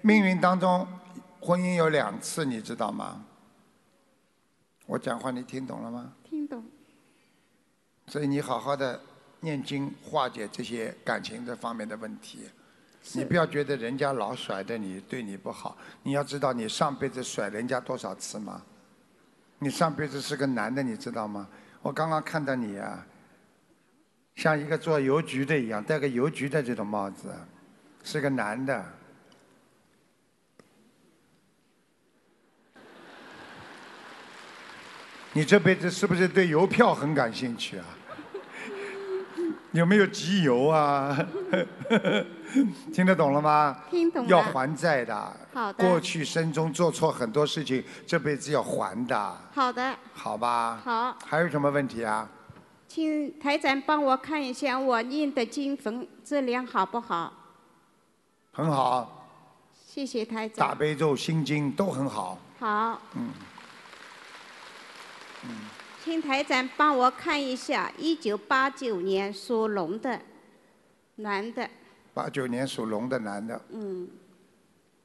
Speaker 2: 命运当中婚姻有两次，你知道吗？我讲话你听懂了吗？
Speaker 5: 听懂。
Speaker 2: 所以你好好的念经，化解这些感情这方面的问题。你不要觉得人家老甩着你，对你不好。你要知道，你上辈子甩人家多少次吗？你上辈子是个男的，你知道吗？我刚刚看到你啊，像一个做邮局的一样，戴个邮局的这种帽子，是个男的。你这辈子是不是对邮票很感兴趣啊？有没有集邮啊？ 听得懂了吗？
Speaker 8: 听懂了
Speaker 2: 要还债的。
Speaker 8: 好的
Speaker 2: 过去生中做错很多事情，这辈子要还的，
Speaker 8: 好的，
Speaker 2: 好吧？
Speaker 8: 好，
Speaker 2: 还有什么问题啊？
Speaker 8: 请台长帮我看一下我念的经文质量好不好？
Speaker 2: 很好，
Speaker 8: 谢谢台
Speaker 2: 大
Speaker 8: 长。
Speaker 2: 悲咒、心经都很好。
Speaker 8: 好，
Speaker 2: 嗯，
Speaker 8: 请台长帮我看一下，一九八九年属龙的男的，
Speaker 2: 八九年属龙的男的，
Speaker 8: 嗯，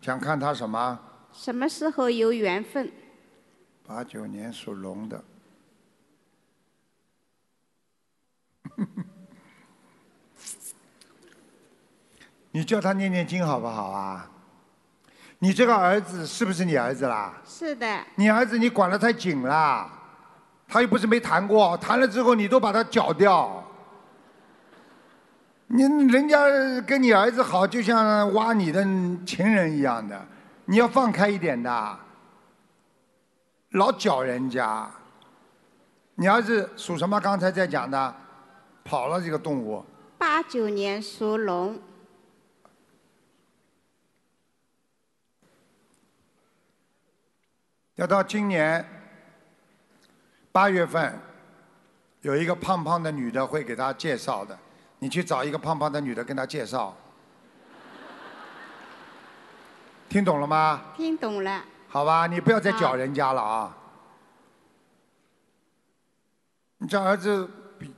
Speaker 2: 想看他什么？
Speaker 8: 什么时候有缘分？
Speaker 2: 八九年属龙的。 你叫他念念经好不好啊？你这个儿子是不是你儿子啦？
Speaker 8: 是的，
Speaker 2: 你儿子你管得太紧啦，他又不是没谈过，谈了之后你都把他搅掉。你人家跟你儿子好，就像挖你的情人一样的，你要放开一点的，老搅人家。你儿子属什么？刚才在讲的，跑了这个动物，
Speaker 8: 八九年属龙，
Speaker 2: 要到今年八月份，有一个胖胖的女的会给他介绍的，你去找一个胖胖的女的跟他介绍。听懂了吗？
Speaker 8: 听懂了。
Speaker 2: 好吧，你不要再搅人家了啊！你这儿子比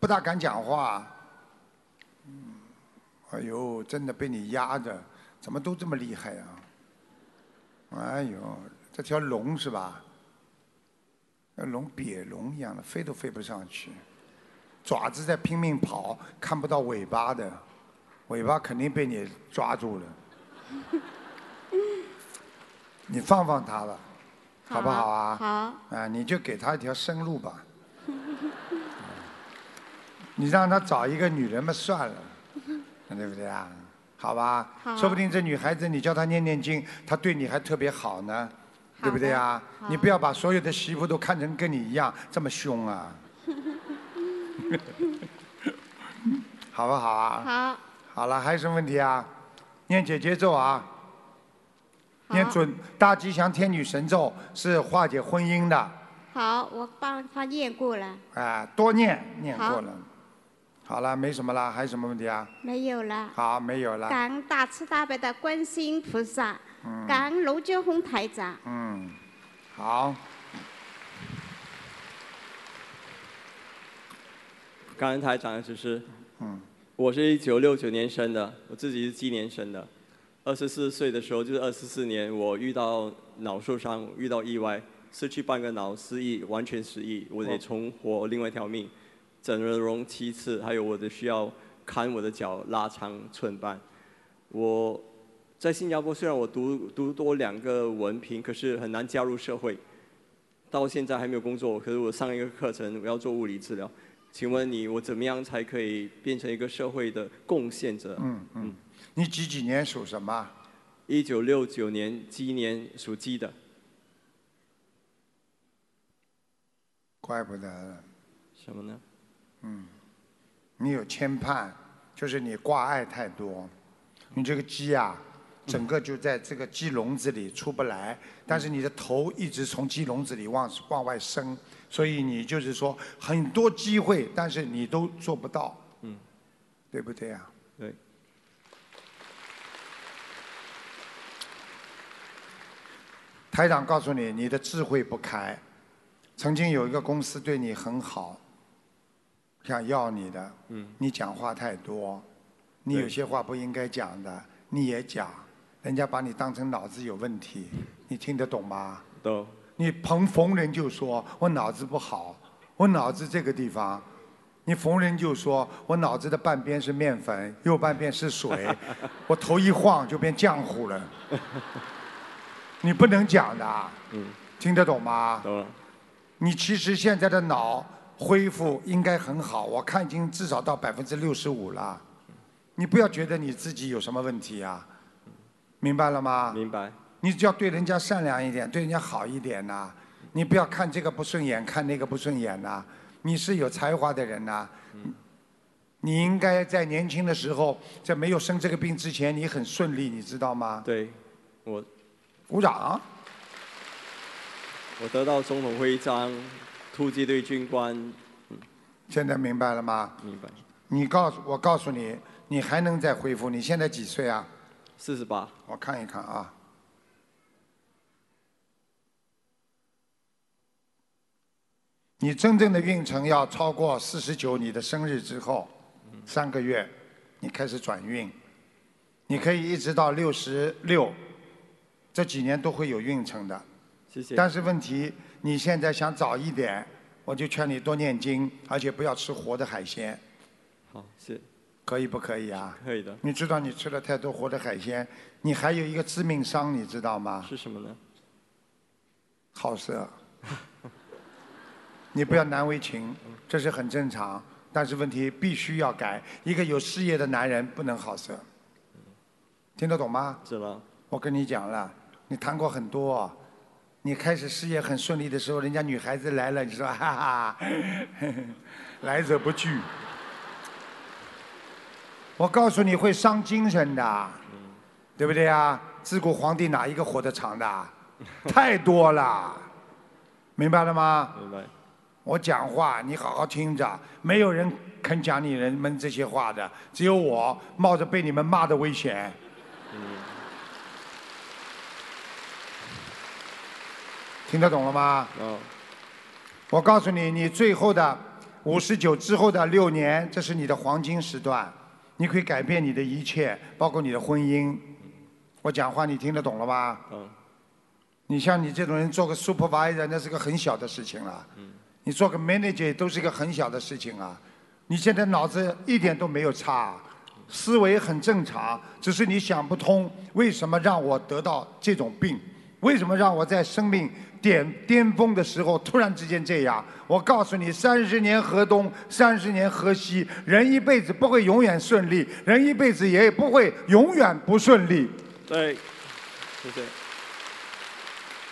Speaker 2: 不大敢讲话，啊嗯，哎呦，真的被你压着，怎么都这么厉害啊？哎呦，这条龙是吧？那龙瘪龙一样的，飞都飞不上去，爪子在拼命跑，看不到尾巴的，尾巴肯定被你抓住了。你放放他吧，好不好啊？
Speaker 8: 好，
Speaker 2: 啊，你就给他一条生路吧。你让他找一个女人嘛，算了，对不对啊？好吧，
Speaker 8: 好
Speaker 2: 说不定这女孩子你叫她念念经，她对你还特别好呢，
Speaker 8: 好的
Speaker 2: 对不对啊？
Speaker 8: 好
Speaker 2: 你不要把所有的媳妇都看成跟你一样这么凶啊， 好不好啊？
Speaker 8: 好，
Speaker 2: 好了，还有什么问题啊？念姐姐咒啊，
Speaker 8: 好
Speaker 2: 念准大吉祥天女神咒是化解婚姻的。
Speaker 8: 好，我帮他念过了，
Speaker 2: 啊，多念念
Speaker 8: 好
Speaker 2: 过了。好了，没什么了，还有什么问题啊？
Speaker 8: 没有了。
Speaker 2: 好，没有了。
Speaker 8: 感恩大慈大悲的观世音菩萨，感恩卢俊红台长。
Speaker 2: 嗯，好，
Speaker 6: 感恩台长的指示。
Speaker 2: 嗯，
Speaker 6: 我是一九六九年生的，我自己是鸡年生的。二十四岁的时候，就是二十四年，我遇到脑受伤，遇到意外，失去半个脑，失忆，完全失忆，我得重活另外一条命，整了容七次，还有我的需要砍我的脚，拉长寸半。我在新加坡，虽然我读读多两个文凭，可是很难加入社会。到现在还没有工作，可是我上一个课程我要做物理治疗。请问你，我怎么样才可以变成一个社会的贡献者？
Speaker 2: 嗯嗯，你几几年属什么？
Speaker 6: 一九六九年鸡年属鸡的，
Speaker 2: 怪不得了，
Speaker 6: 什么呢？
Speaker 2: 你有牵绊，就是你挂碍太多，你这个鸡啊，整个就在这个鸡笼子里出不来，但是你的头一直从鸡笼子里往往外伸，所以你就是说很多机会，但是你都做不到，
Speaker 6: 嗯，
Speaker 2: 对不对啊？
Speaker 6: 对，
Speaker 2: 台长告诉你，你的智慧不开，曾经有一个公司对你很好，想要你的，
Speaker 6: 嗯，
Speaker 2: 你讲话太多，你有些话不应该讲的，你也讲，人家把你当成脑子有问题，你听得懂吗？
Speaker 6: 懂。
Speaker 2: 你逢逢人就说我脑子不好，我脑子这个地方，你逢人就说我脑子的半边是面粉，右半边是 水，我头一晃就变浆糊了。你不能讲的，啊
Speaker 6: 嗯，
Speaker 2: 听得懂吗？
Speaker 6: 懂了。
Speaker 2: 你其实现在的脑恢复应该很好，我看已经至少到百分之六十五了。你不要觉得你自己有什么问题啊，明白了吗？
Speaker 6: 明白。
Speaker 2: 你只要对人家善良一点，对人家好一点呐、你不要看这个不顺眼，看那个不顺眼呐、啊你是有才华的人呐、啊
Speaker 7: 嗯
Speaker 2: 你应该在年轻的时候，在没有生这个病之前，你很顺利，你知道吗？
Speaker 6: 对，我
Speaker 2: 鼓掌。
Speaker 6: 我得到总统徽章，突击队军官，嗯
Speaker 2: 现在明白了吗？
Speaker 6: 明白。
Speaker 2: 你告诉我，告诉你，你还能再恢复。你现在几岁啊？
Speaker 6: 四十八。
Speaker 2: 我看一看啊。你真正的运程要超过四十九你的生日之后三个月，你开始转运，你可以一直到六十六，这几年都会有运程的。
Speaker 6: 谢谢。
Speaker 2: 但是问题，你现在想早一点，我就劝你多念经，而且不要吃活的海鲜，
Speaker 6: 好，是
Speaker 2: 可以不可以啊？
Speaker 6: 可以的。
Speaker 2: 你知道你吃了太多活的海鲜，你还有一个致命伤，你知道吗？
Speaker 6: 是什么呢？
Speaker 2: 好色。 你不要难为情，这是很正常。但是问题必须要改。一个有事业的男人不能好色，听得懂吗？
Speaker 6: 知道。
Speaker 2: 我跟你讲了，你谈过很多，你开始事业很顺利的时候，人家女孩子来了，你说哈哈， 来者不拒。我告诉你会伤精神的，对不对啊？自古皇帝哪一个活得长 的？啊太多了，明白了吗？
Speaker 6: 明白。
Speaker 2: 我讲话你好好听着，没有人肯讲你人们这些话的，只有我冒着被你们骂的危险。
Speaker 6: 嗯
Speaker 2: 听得懂了吗？
Speaker 6: 哦，
Speaker 2: 我告诉你，你最后的五十九之后的六年，这是你的黄金时段，你可以改变你的一切，包括你的婚姻。我讲话你听得懂了吧？
Speaker 6: 懂。
Speaker 2: 你像你这种人做个 supervisor，那是个很小的事情了。
Speaker 7: 嗯
Speaker 2: 你做个 manager 都是一个很小的事情啊。你现在脑子一点都没有差，啊思维很正常，只是你想不通为什么让我得到这种病，为什么让我在生命点巅峰的时候突然之间这样。我告诉你，三十年河东，三十年河西，人一辈子不会永远顺利，人一辈子也不会永远不顺利，
Speaker 6: 对，谢谢。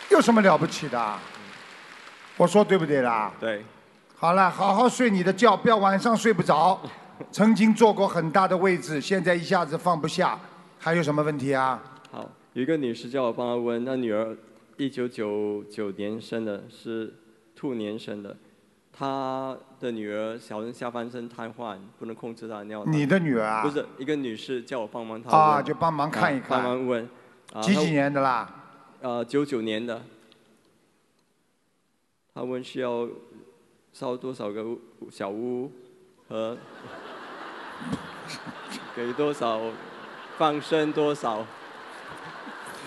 Speaker 2: 有什么了不起的啊？我说对不对啦？
Speaker 6: 对，
Speaker 2: 好了，好好睡你的觉，不要晚上睡不着。曾经坐过很大的位置，现在一下子放不下，还有什么问题啊？
Speaker 6: 好，有一个女士叫我帮她问，那女儿一九九九年生的，是兔年生的，她的女儿小人下半身瘫痪，不能控制她的尿道。
Speaker 2: 你的女儿啊？
Speaker 6: 不是一个女士叫我帮忙她问
Speaker 2: 啊，就帮忙看一
Speaker 6: 啊帮
Speaker 2: 看，
Speaker 6: 忙问。啊
Speaker 2: 几几？年的啦？
Speaker 6: 她呃，九九年的。她问需要烧多少个屋小屋和给多少放生多少？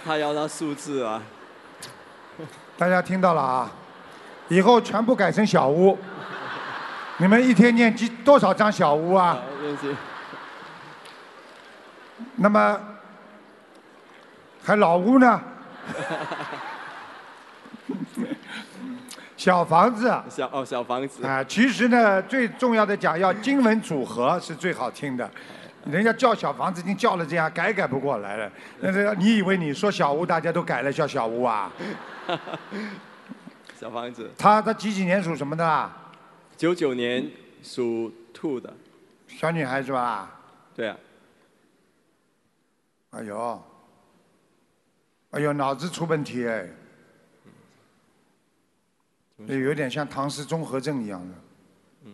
Speaker 6: 她要那数字啊。
Speaker 2: 大家听到了啊？以后全部改成小屋。你们一天念几多少张小屋啊？
Speaker 6: 啊，对不起，
Speaker 2: 那么还老屋呢？小房子。
Speaker 6: 小哦小房 子。
Speaker 2: 啊，其实呢，最重要的讲要经文组合是最好听的。人家叫小房子已经叫了这样，改改不过来了。那这你以为你说小屋大家都改了叫小屋啊？
Speaker 6: 小房子，
Speaker 2: 他他几几年属什么的啊啦？
Speaker 6: 九九年属兔的，
Speaker 2: 小女孩是吧？
Speaker 6: 对啊，
Speaker 2: 哎呦，哎呦，脑子出问题哎，这
Speaker 6: 嗯
Speaker 2: 有点像唐氏综合症一样的，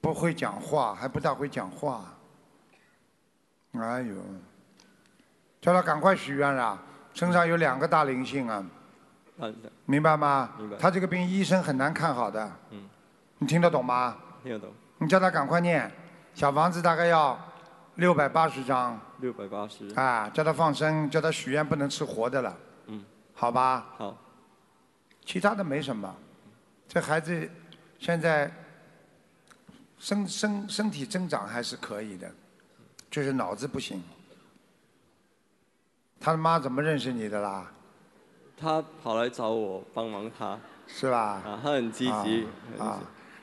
Speaker 2: 不会讲话，还不大会讲话，哎呦，叫他赶快许愿啦，身上有两个大灵性啊，
Speaker 6: 看
Speaker 2: 明白吗？
Speaker 6: 明白
Speaker 2: 他这个病医生很难看好的。
Speaker 6: 嗯。
Speaker 2: 你听得懂吗？
Speaker 6: 听得懂。
Speaker 2: 你叫他赶快念，小房子大概要六百八十张
Speaker 6: 六百八十。
Speaker 2: 啊，叫他放生，叫他许愿不能吃活的了，
Speaker 6: 嗯，
Speaker 2: 好吧？
Speaker 6: 好。
Speaker 2: 其他的没什么，这孩子现在身身身体增长还是可以的，就是脑子不行。他妈怎么认识你的啦？
Speaker 6: 他跑来找我帮忙他，
Speaker 2: 是吧？
Speaker 6: 啊，他很积极，很积极
Speaker 2: 啊，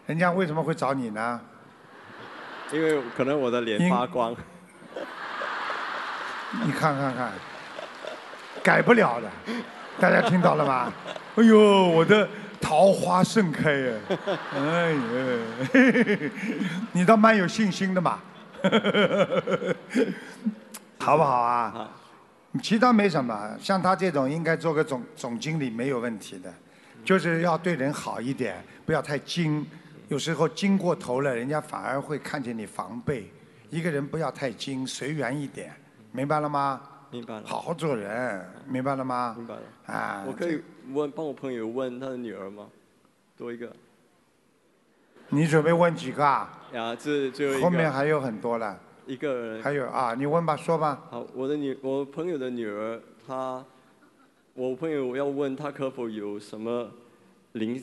Speaker 2: 人家为什么会找你呢？
Speaker 6: 因为可能我的脸发光，
Speaker 2: 你看看看，改不了的，大家听到了吗？ 哎呦，我的桃花盛开呀！哎呀，嘿嘿嘿 你倒蛮有信心的嘛， 好不好啊？其他没什么，像他这种应该做个总总经理没有问题的，
Speaker 6: 嗯
Speaker 2: 就是要对人好一点，不要太精。有时候精过头了，人家反而会看见你防备。一个人不要太精，随缘一点，明白了吗？
Speaker 6: 明白了。
Speaker 2: 好好做人，明白了吗？
Speaker 6: 明白了。
Speaker 2: 啊，
Speaker 6: 我可以问帮我朋友问他的女儿吗？多一个，
Speaker 2: 你准备问几个啊？
Speaker 6: 呀，这最后一个。
Speaker 2: 后面还有很多了，
Speaker 6: 一个人。
Speaker 2: 还有啊，你问吧，说吧。
Speaker 6: 好，我的女，我朋友的女儿，她，我朋友要问她可否有什么灵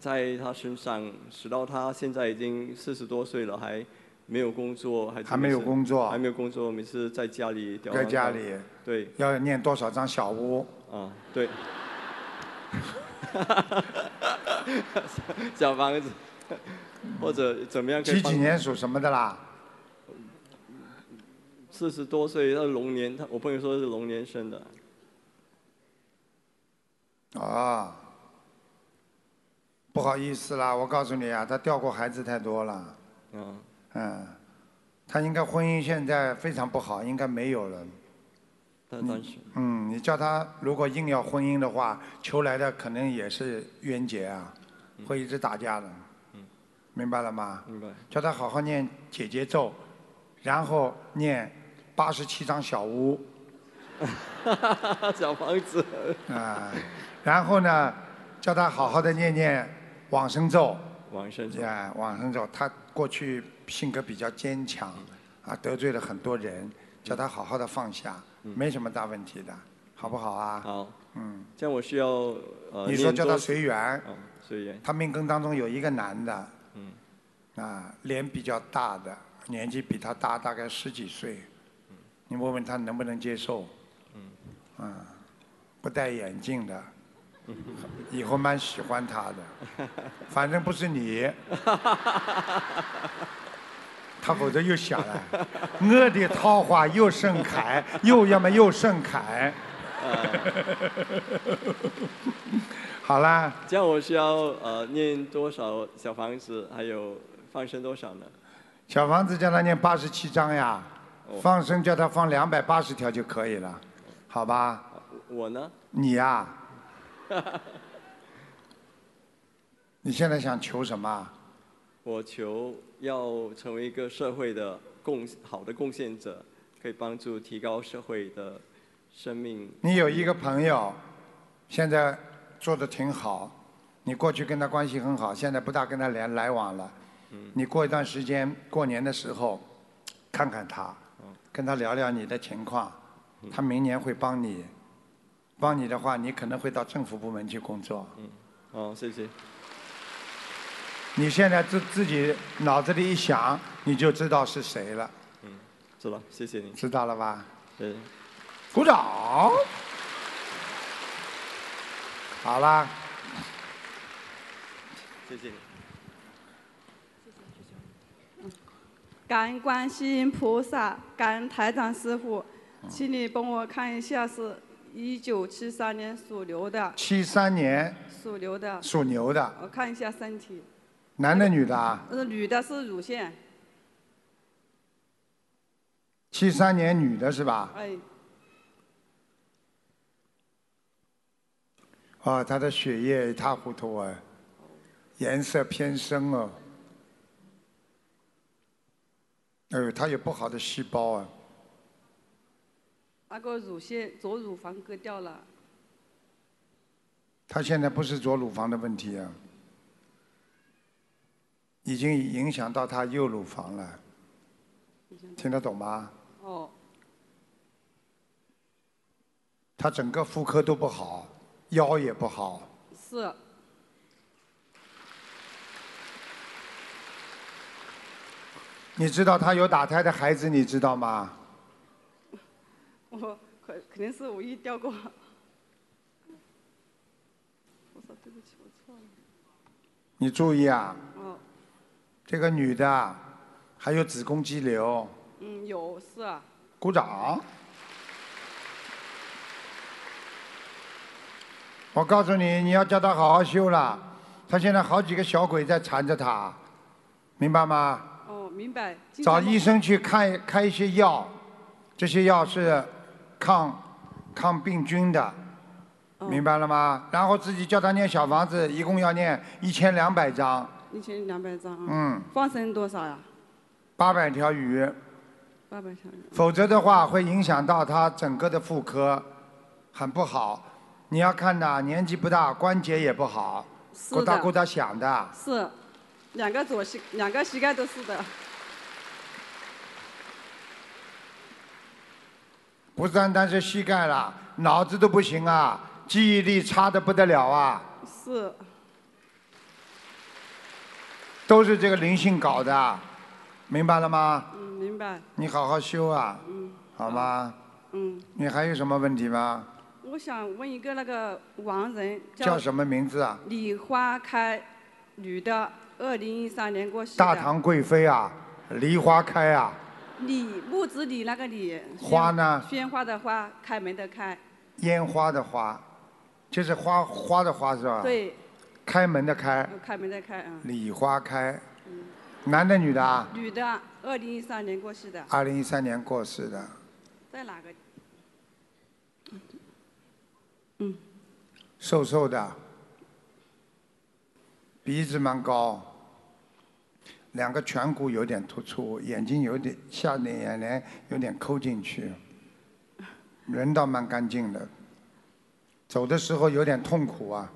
Speaker 6: 在她身上，使到她现在已经四十多岁了，还没有工作，还
Speaker 2: 还没有工作
Speaker 6: 还没有工作，每次在家里吊
Speaker 2: 在
Speaker 6: 儿
Speaker 2: 家
Speaker 6: 郎当
Speaker 2: 里
Speaker 6: 对，
Speaker 2: 要念多少张小屋？
Speaker 6: 啊，对， 小房子，或者怎么样可以
Speaker 2: 几
Speaker 6: 帮？
Speaker 2: 几年属什么的啦？
Speaker 6: 四十多岁，他龙年，他我朋友说是龙年生的，
Speaker 2: 啊，不好意思啦，我告诉你啊，他掉过孩子太多了。
Speaker 6: 啊，
Speaker 2: 嗯，他应该婚姻现在非常不好，应该没有了。
Speaker 6: 他当时
Speaker 2: 嗯，你叫他如果硬要婚姻的话，求来的可能也是冤结啊，会一直打架的。明白了吗？
Speaker 6: 嗯明白。
Speaker 2: 叫他好好念姐姐咒，然后念八十七张小屋。
Speaker 6: 小房子。
Speaker 2: 啊，然后呢，叫他好好的念念往生咒。
Speaker 6: 往生
Speaker 2: 咒。啊，往生咒，他过去性格比较坚强，啊，得罪了很多人，叫他好好的放下，
Speaker 6: 嗯
Speaker 2: 没什么大问题的，好不好啊？
Speaker 6: 好。
Speaker 2: 嗯。
Speaker 6: 这样我需要呃，
Speaker 2: 你说
Speaker 6: 念
Speaker 2: 叫
Speaker 6: 多
Speaker 2: 他随缘，
Speaker 6: 哦随缘，
Speaker 2: 他命根当中有一个男的，
Speaker 6: 嗯，
Speaker 2: 啊，脸比较大的，年纪比他大大概十几岁，你问问他能不能接受，
Speaker 6: 嗯，
Speaker 2: 啊，不戴眼镜的，以后蛮喜欢他的，反正不是你，他否则又想了，我的桃花又盛开，又要么又盛开， 好啦，
Speaker 6: 这样我需要呃念多少小房子，还有放生多少呢？
Speaker 2: 小房子叫他念八十七章呀，
Speaker 6: 哦
Speaker 2: 放生叫他放两百八十条就可以了，好吧？
Speaker 6: 我呢？
Speaker 2: 你呀、你现在想求什么？
Speaker 6: 我求要成为一个社会的贡好的贡献者，可以帮助提高社会的生命。
Speaker 2: 你有一个朋友，现在做的挺好，你过去跟他关系很好，现在不大跟他连来往了。
Speaker 7: 嗯
Speaker 2: 你过一段时间过年的时候，看看他，跟他聊聊你的情况，他明年会帮你，帮你的话，你可能会到政府部门去工作。
Speaker 6: 哦，谢谢。
Speaker 2: 你现在自自己脑子里一想，你就知道是谁了，
Speaker 6: 嗯，知道，谢谢你。
Speaker 2: 知道了吧？
Speaker 6: 对，
Speaker 2: 鼓掌。好啦，
Speaker 6: 谢谢你。
Speaker 9: 感恩观世音菩萨，感恩台长师傅，
Speaker 2: 嗯
Speaker 9: 请你帮我看一下，是一九七三年属牛的，
Speaker 2: 七三年
Speaker 9: 属牛的，
Speaker 2: 属牛的，
Speaker 9: 我看一下身体，
Speaker 2: 男的女的啊？
Speaker 9: 呃，女的是乳腺，
Speaker 2: 七三年女的是吧？
Speaker 9: 哎，
Speaker 2: 哦，她的血液一塌糊涂啊，颜色偏深哦。哎呦，她有不好的细胞啊。
Speaker 9: 那个乳腺左乳房割掉了，
Speaker 2: 他现在不是左乳房的问题啊，已经影响到他右乳房了，听得懂吗？
Speaker 9: 哦，
Speaker 2: 他整个妇科都不好，腰也不好，
Speaker 9: 是
Speaker 2: 你知道他有打胎的孩子，你知道吗？
Speaker 9: 我肯肯定是无意掉过。 菩萨，对不起，我错了。
Speaker 2: 你注意啊，
Speaker 9: 哦，
Speaker 2: 这个女的啊还有子宫肌瘤，
Speaker 9: 嗯，有是啊，
Speaker 2: 鼓掌。我告诉你，你要叫她好好修了，她现在好几个小鬼在缠着她，明白吗？
Speaker 9: 哦，明白。经
Speaker 2: 找
Speaker 9: 常梦
Speaker 2: 医生去看开一些药，这些药是抗抗病菌的，明白了吗？然后自己叫他念小房子，一共要念一千两百张，
Speaker 9: 一千两百张啊。
Speaker 2: 嗯。
Speaker 9: 放生多少呀、
Speaker 2: 八百条鱼，
Speaker 9: 八百条。
Speaker 2: 否则的话会影响到他整个的妇科，很不好。你要看呐，年纪不大，关节也不好，
Speaker 9: 是
Speaker 2: 咕哒
Speaker 9: 的
Speaker 2: 咕哒响的。
Speaker 9: 是，两个左膝，两个膝盖都是的。
Speaker 2: 不单单是膝盖啦，脑子都不行啊，记忆力差的不得了啊，
Speaker 9: 是，
Speaker 2: 都是这个灵性搞的，明白了吗？
Speaker 9: 嗯，明白。
Speaker 2: 你好好修啊，
Speaker 9: 嗯
Speaker 2: 好吗？
Speaker 9: 嗯，
Speaker 2: 你还有什么问题吗？
Speaker 9: 我想问一个那个亡人
Speaker 2: 叫什？么名字啊？
Speaker 9: 李花开，女的，二零一三年过世的。
Speaker 2: 大唐贵妃啊，梨花开啊，
Speaker 9: 李木子李那个李。
Speaker 2: 花呢
Speaker 9: 鲜花的花，开门的开。
Speaker 2: 烟花的花，这是花花的花是吧？。
Speaker 9: 对，
Speaker 2: 开门的开，
Speaker 9: 开门的开啊。
Speaker 2: 梨花开，
Speaker 9: 嗯
Speaker 2: 男的女的啊？
Speaker 9: 女的，二零一三年过世的，
Speaker 2: 二零一三年过世的，
Speaker 9: 在哪个？
Speaker 2: 瘦瘦的，鼻子蛮高，两个颧骨有点突出，眼睛有点下面眼帘有点抠进去，人倒蛮干净的，走的时候有点痛苦啊。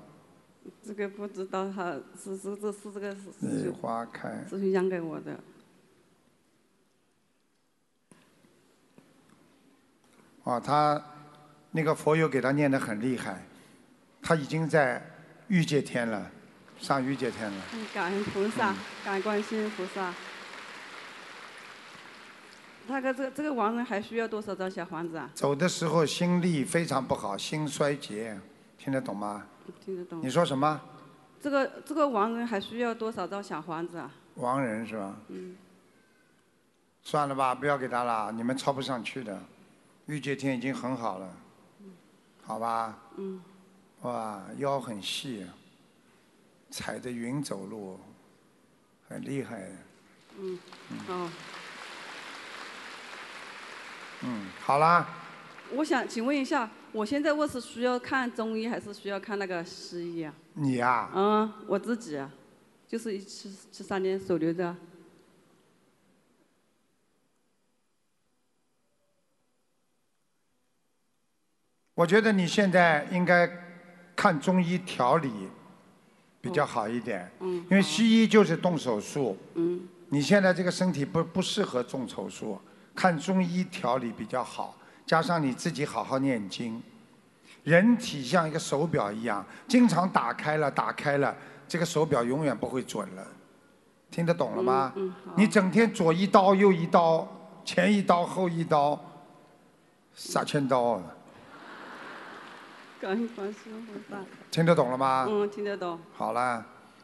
Speaker 9: 这个不知道他是是这是这个是
Speaker 2: 梨
Speaker 9: 是
Speaker 2: 花开，
Speaker 9: 是是让给我的。
Speaker 2: 啊，他那个佛友给他念得很厉害，他已经在欲界天了，上欲界天了。
Speaker 9: 嗯，感恩菩萨，感恩观世音菩萨。大哥，这个这个亡人还需要多少张小房子啊？
Speaker 2: 走的时候心力非常不好，心衰竭，听得懂吗？
Speaker 9: 听得懂？
Speaker 2: 你说什么？
Speaker 9: 这个这个亡人还需要多少张小房子啊？
Speaker 2: 亡人是吧？
Speaker 9: 嗯，
Speaker 2: 算了吧，不要给他了，你们超不上去的。玉界天已经很好了，好吧？
Speaker 9: 嗯。
Speaker 2: 哇，腰很细，踩着云走路，很厉害。
Speaker 9: 嗯，哦，
Speaker 2: 嗯，好啦，
Speaker 9: 我想请问一下，我现在我是需要看中医还是需要看那个西医啊？
Speaker 2: 你呀、
Speaker 9: 嗯，我自己啊，就是一七七三年手榴的，
Speaker 2: 我觉得你现在应该看中医调理比较好一点，
Speaker 9: 嗯
Speaker 2: 因为西医就是动手术，
Speaker 9: 嗯，
Speaker 2: 你现在这个身体不不适合动手术，看中医调理比较好，加上你自己好好念经。人体像一个手表一样，经常打开了，打开了，这个手表永远不会准了。听得懂了吗？
Speaker 9: 嗯嗯好
Speaker 2: 你整天左一刀右一刀，前一刀后一刀，杀千刀啊！
Speaker 9: 感恩观世音菩萨。
Speaker 2: 听得懂了吗？
Speaker 9: 嗯，听得懂。
Speaker 2: 好了，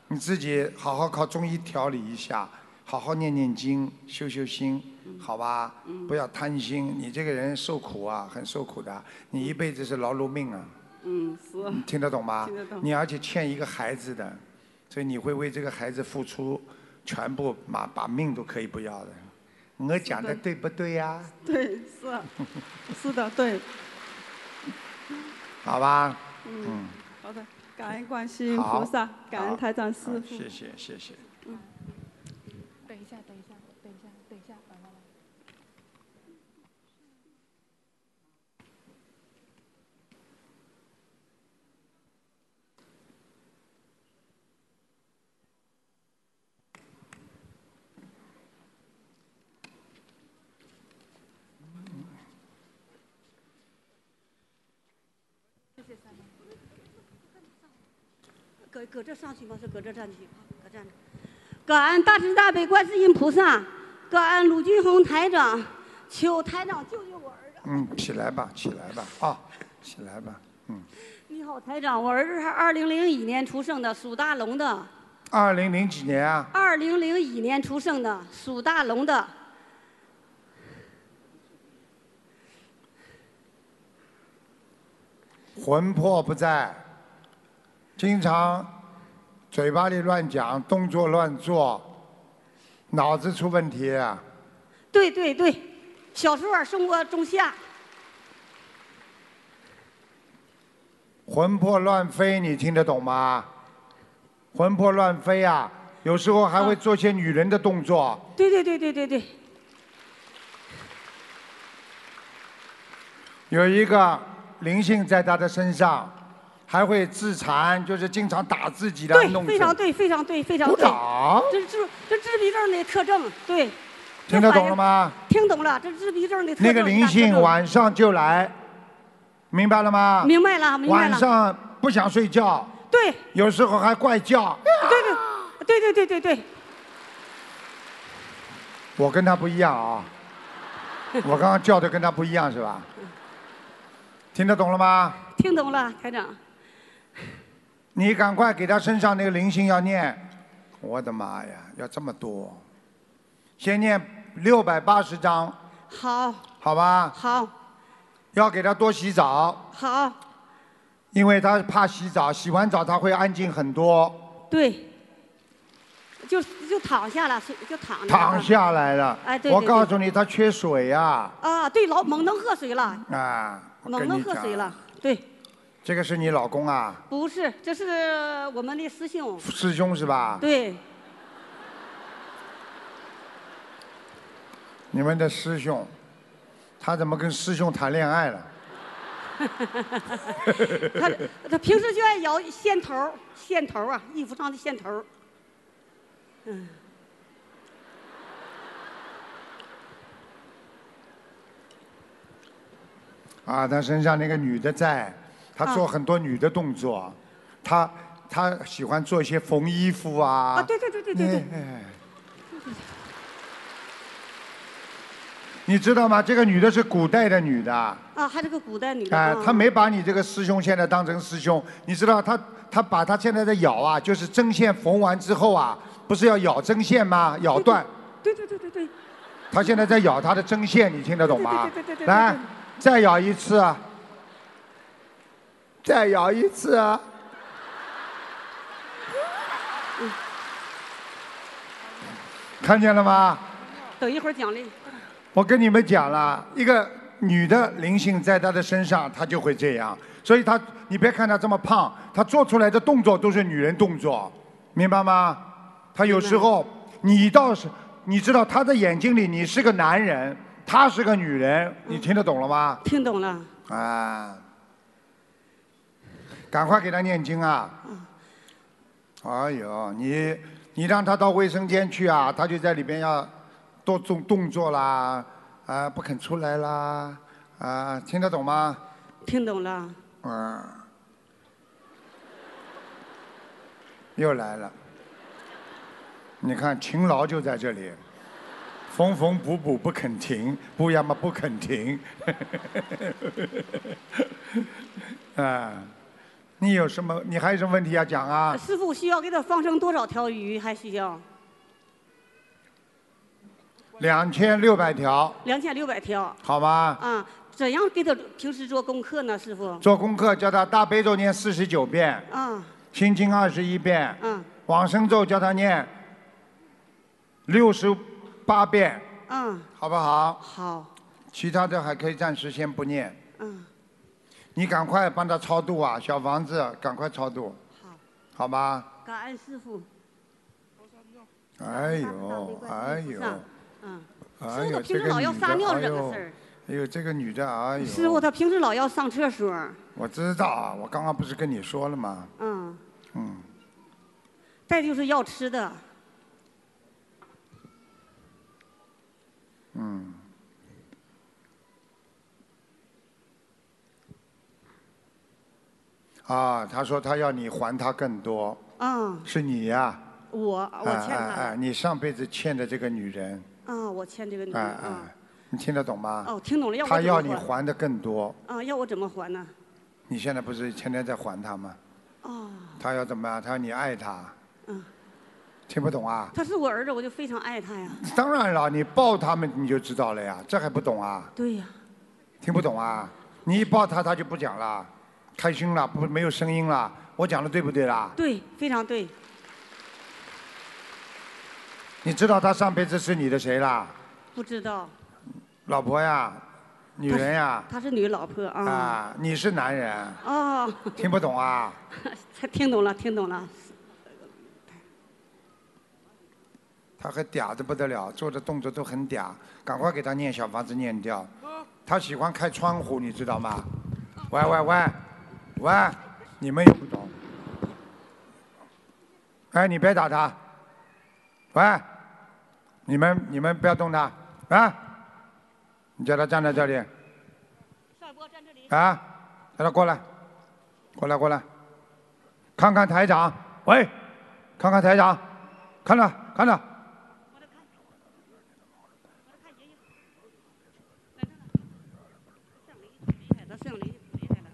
Speaker 2: 你自己好好靠中医调理一下，好好念念经，修修心，好吧？不要贪心，你这个人受苦啊，很受苦的，你一辈子是劳碌命啊，
Speaker 9: 嗯，是。
Speaker 2: 你听得懂吗？
Speaker 9: 听得懂
Speaker 2: 你而且欠一个孩子的，所以你会为这个孩子付出全部，把把命都可以不要的。我讲的对不对呀、
Speaker 9: 对，是啊，是的，对。
Speaker 2: 好吧，
Speaker 9: 嗯
Speaker 2: 嗯，
Speaker 9: 好的，感恩观世音
Speaker 2: 好
Speaker 9: 菩萨，感
Speaker 2: 好
Speaker 9: 恩台长师
Speaker 2: 好
Speaker 9: 傅。
Speaker 2: 谢谢谢谢。
Speaker 10: 等一下，等一下，等一下，等一下，爸爸来。
Speaker 11: 搁搁这上去吗？是搁这站起，啊搁这站着。感恩大慈大悲观世音菩萨，感恩鲁俊宏台长，求台长救救我儿子。
Speaker 2: 嗯，起来吧，起来吧，啊，起来吧，嗯。
Speaker 11: 你好，台长，我儿子是二零零一年出生的，属大龙的。
Speaker 2: 二零零几年啊？
Speaker 11: 二零零一年出生的，属大龙的。
Speaker 2: 魂魄不在，经常嘴巴里乱讲，动作乱做，脑子出问题啊。
Speaker 11: 对对对，小时候儿生活中下，
Speaker 2: 魂魄乱飞，你听得懂吗？魂魄乱飞啊，有时候还会做些女人的动作。
Speaker 11: 对对对对对对，
Speaker 2: 有一个灵性在他的身上，还会自残，就是经常打自己的，弄
Speaker 11: 对，非
Speaker 2: 死
Speaker 11: 常对，非常对，非常
Speaker 2: 鼓
Speaker 11: 对。
Speaker 2: 掌
Speaker 11: 这是自这自闭症的特征，对，
Speaker 2: 听得懂了吗？
Speaker 11: 听懂了，这自闭症的特
Speaker 2: 那
Speaker 11: 征。
Speaker 2: 个灵性晚上就来，明白了吗？
Speaker 11: 明白了明白了
Speaker 2: 晚上不想睡觉，
Speaker 11: 对，
Speaker 2: 有时候还怪叫。
Speaker 11: 对对对对对对，
Speaker 2: 我跟他不一样 啊，我刚刚叫的跟他不一样是吧？听得懂了吗？
Speaker 11: 听懂了，台长。
Speaker 2: 你赶快给他身上那个灵性要念，我的妈呀，要这么多，先念六百八十章，
Speaker 11: 好，
Speaker 2: 好吧？
Speaker 11: 好。
Speaker 2: 要给他多洗澡，
Speaker 11: 好，
Speaker 2: 因为他怕洗澡，洗完澡他会安静很多，
Speaker 11: 对，就就躺下了，睡就躺着了
Speaker 2: 躺下来了。
Speaker 11: 哎对对
Speaker 2: 我告诉你，他缺水呀、啊，
Speaker 11: 啊，对，老猛能喝水了，
Speaker 2: 我
Speaker 11: 猛
Speaker 2: 跟
Speaker 11: 能
Speaker 2: 你
Speaker 11: 喝水
Speaker 2: 讲，
Speaker 11: 了，对，
Speaker 2: 这个是你老公啊，
Speaker 11: 不是，这是我们的师兄，
Speaker 2: 师兄是吧？
Speaker 11: 对，
Speaker 2: 你们的师兄，他怎么跟师兄谈恋爱 了？
Speaker 11: 他平时就爱摇线头儿，线头儿啊，衣服上的线头儿，嗯，
Speaker 2: 啊，他身上那个女的在，他做
Speaker 11: 啊
Speaker 2: 很多女的动作，他他喜欢做一些缝衣服啊。
Speaker 11: 啊，对对对对对对，
Speaker 2: 哎你知道吗？这个女的是古代的女的，啊、
Speaker 11: 啊，还是个古代女的，啊
Speaker 2: 哎她没把你这个师兄现在当成师兄，你知道她她把她现在的咬啊，就是针线缝完之后啊，不是要咬针线吗？咬 断，
Speaker 11: 对对对对对，
Speaker 2: 她现在在咬她的针线，你听得懂吗？
Speaker 11: 对对对对对对
Speaker 2: 来，再咬一次啊，再咬一次啊。看见了吗？
Speaker 11: 等一会儿奖励，
Speaker 2: 我跟你们讲了，一个女的灵性在她的身上，她就会这样。所以她，你别看她这么胖，她做出来的动作都是女人动作，明白吗？她有时候，你倒是，你知道她的眼睛里你是个男人，她是个女人，你听得懂了吗？
Speaker 11: 听懂了，
Speaker 2: 啊，赶快给她念经啊！
Speaker 11: 嗯
Speaker 2: 哎呦，你你让她到卫生间去啊，她就在里边要多动动作啦，啊，不肯出来啦，啊，听得懂吗？
Speaker 11: 听懂了，
Speaker 2: 嗯，又来了。你看，勤劳就在这里，缝缝补补不肯停，不要么不肯停。 啊，你有什么？你还有什么问题要讲啊？
Speaker 11: 师傅需要给他放生多少条鱼？还需要
Speaker 2: 两千六百条，
Speaker 11: 两千六百条，
Speaker 2: 好吗？
Speaker 11: 啊，怎样给他平时做功课呢？师傅，
Speaker 2: 做功课叫他大悲咒念四十九遍，
Speaker 11: 啊，
Speaker 2: 心经二十一遍，
Speaker 11: 嗯
Speaker 2: 往生咒叫他念六十八遍，
Speaker 11: 嗯，
Speaker 2: 好不好？
Speaker 11: 好，
Speaker 2: 其他的还可以暂时先不念。
Speaker 11: 嗯，
Speaker 2: 你赶快帮他超度啊，小房子赶快超度。好，好吗？
Speaker 11: 感恩师傅，
Speaker 2: 哎呦，哎
Speaker 11: 菩
Speaker 2: 呦
Speaker 11: 萨，，嗯，
Speaker 2: 哎
Speaker 11: 师傅
Speaker 2: 呦，
Speaker 11: 他平
Speaker 2: 这个
Speaker 11: 时老
Speaker 2: 女
Speaker 11: 要
Speaker 2: 的，
Speaker 11: 撒尿
Speaker 2: 哎
Speaker 11: 这个
Speaker 2: 呦
Speaker 11: 事，儿，
Speaker 2: 哎呦，这个女的，哎呦，
Speaker 11: 师傅他平时老要上厕所，
Speaker 2: 我知道啊，我刚刚不是跟你说了吗？
Speaker 11: 嗯，
Speaker 2: 嗯，
Speaker 11: 再就是要吃的，
Speaker 2: 嗯，啊，他说他要你还他更多，
Speaker 11: 嗯，
Speaker 2: 是你呀、
Speaker 11: 我
Speaker 2: 啊，
Speaker 11: 我欠
Speaker 2: 啊
Speaker 11: 他
Speaker 2: 啊
Speaker 11: 的，
Speaker 2: 你上辈子欠的这个女人，
Speaker 11: 嗯，我欠这个女
Speaker 2: 啊
Speaker 11: 人，嗯
Speaker 2: 啊，你听得懂吗？
Speaker 11: 哦听懂了要我
Speaker 2: 哎他
Speaker 11: 怎么
Speaker 2: 要你
Speaker 11: 还
Speaker 2: 还的更多，
Speaker 11: 嗯，要我怎么还呢？
Speaker 2: 你现在不是天天在还他吗？
Speaker 11: 哦，
Speaker 2: 他要怎么样？他要你爱他，
Speaker 11: 嗯，
Speaker 2: 听不懂啊？
Speaker 11: 他是我儿子，我就非常爱他呀。
Speaker 2: 当然了，你抱他们你就知道了呀，这还不懂啊？
Speaker 11: 对呀、
Speaker 2: 听不懂啊？你一抱他，他就不讲了，开心了，不没有声音了。我讲的对不对啦？
Speaker 11: 对，非常对，
Speaker 2: 你知道他上辈子是你的谁啦？
Speaker 11: 不知道
Speaker 2: 老婆呀，女人呀，
Speaker 11: 她是女老婆啊。
Speaker 2: 啊，你是男人，
Speaker 11: 哦，
Speaker 2: 听不懂啊？
Speaker 11: 他 听懂了，听懂了。
Speaker 2: 他还嗲的不得了，做的动作都很嗲，赶快给他念小房子念掉。他喜欢开窗户，你知道吗？喂喂喂，喂，你们又不懂。哎，你别打他。喂，你们你们不要动他啊！你叫他站在这里。啊，叫他过来，过来过来，看看台长，喂，看看台长，看着看着。
Speaker 11: 他摄影灵可厉害了。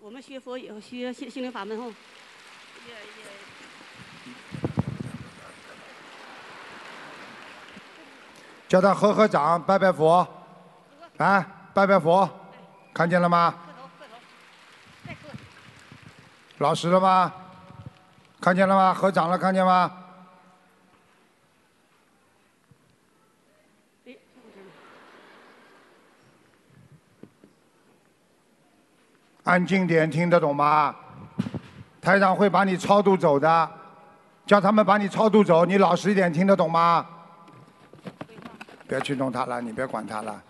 Speaker 11: 我们学佛以后，学心心灵法门后，也也
Speaker 2: 叫他合合掌，拜拜佛，啊，拜拜佛，看见了吗？老实了吗？看见了吗？合掌了，看见吗？安静点，听得懂吗？台长会把你超度走的，叫他们把你超度走，你老实一点，听得懂吗？不要去弄他了，你别管他了，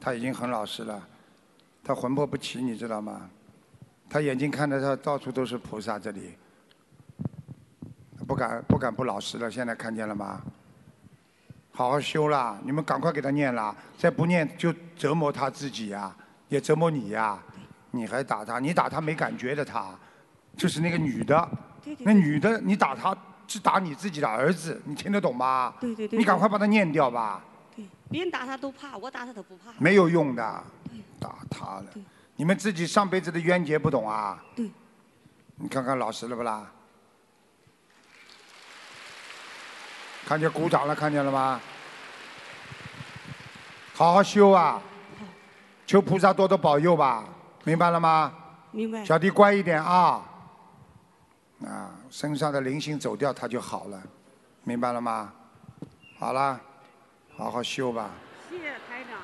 Speaker 2: 他已经很老实了，他魂魄不齐，你知道吗？他眼睛看着他到处都是菩萨，这里他不敢不敢不老实了，现在看见了吗？好好修啦，你们赶快给他念啦，再不念就折磨他自己呀、也折磨你呀、你还打他，你打他没感觉的他，就是那个女的，那 女的你打她是打你自己的儿子，你听得懂吗？
Speaker 11: 对对对
Speaker 2: 你赶快把他念掉吧。
Speaker 11: 别人打他都怕，我打他他不怕。
Speaker 2: 没有用的，打他了。你们自己上辈子的冤结不懂啊？
Speaker 11: 对。
Speaker 2: 你看看老实了不啦？看见鼓掌了，看见了吗？好好修啊，求菩萨多多保佑吧，明白了吗？
Speaker 11: 明白。
Speaker 2: 小弟乖一点啊，啊，身上的灵性走掉，他就好了，明白了吗？好啦，好好修吧。
Speaker 11: 谢谢台长，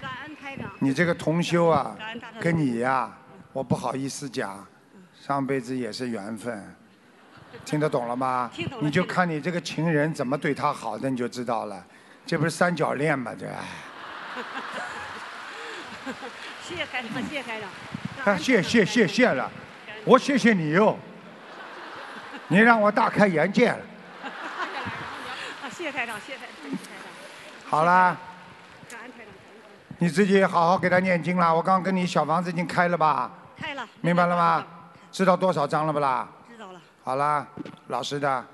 Speaker 11: 感恩台长。
Speaker 2: 你这个同修啊
Speaker 11: 感恩大家，
Speaker 2: 跟你呀、我不好意思讲，上辈子也是缘分，听得懂了吗？
Speaker 11: 听懂了
Speaker 2: 你就看你这个情人怎么对他好的，你就知道了。这不是三角恋吗？这，
Speaker 11: 啊 谢谢台长，谢谢台长。
Speaker 2: 啊，谢谢谢谢了，我谢谢你哟，你让我大开眼界了。
Speaker 11: 啊，谢谢台长，谢谢台长，谢谢台长，
Speaker 2: 好啦，
Speaker 11: 感恩台长。
Speaker 2: 你自己好好给他念经啦。我刚刚跟你小房子已经开了吧？
Speaker 11: 开了，
Speaker 2: 明白了吗？知道多少张了不啦？
Speaker 11: 知道了。
Speaker 2: 好啦，老实的，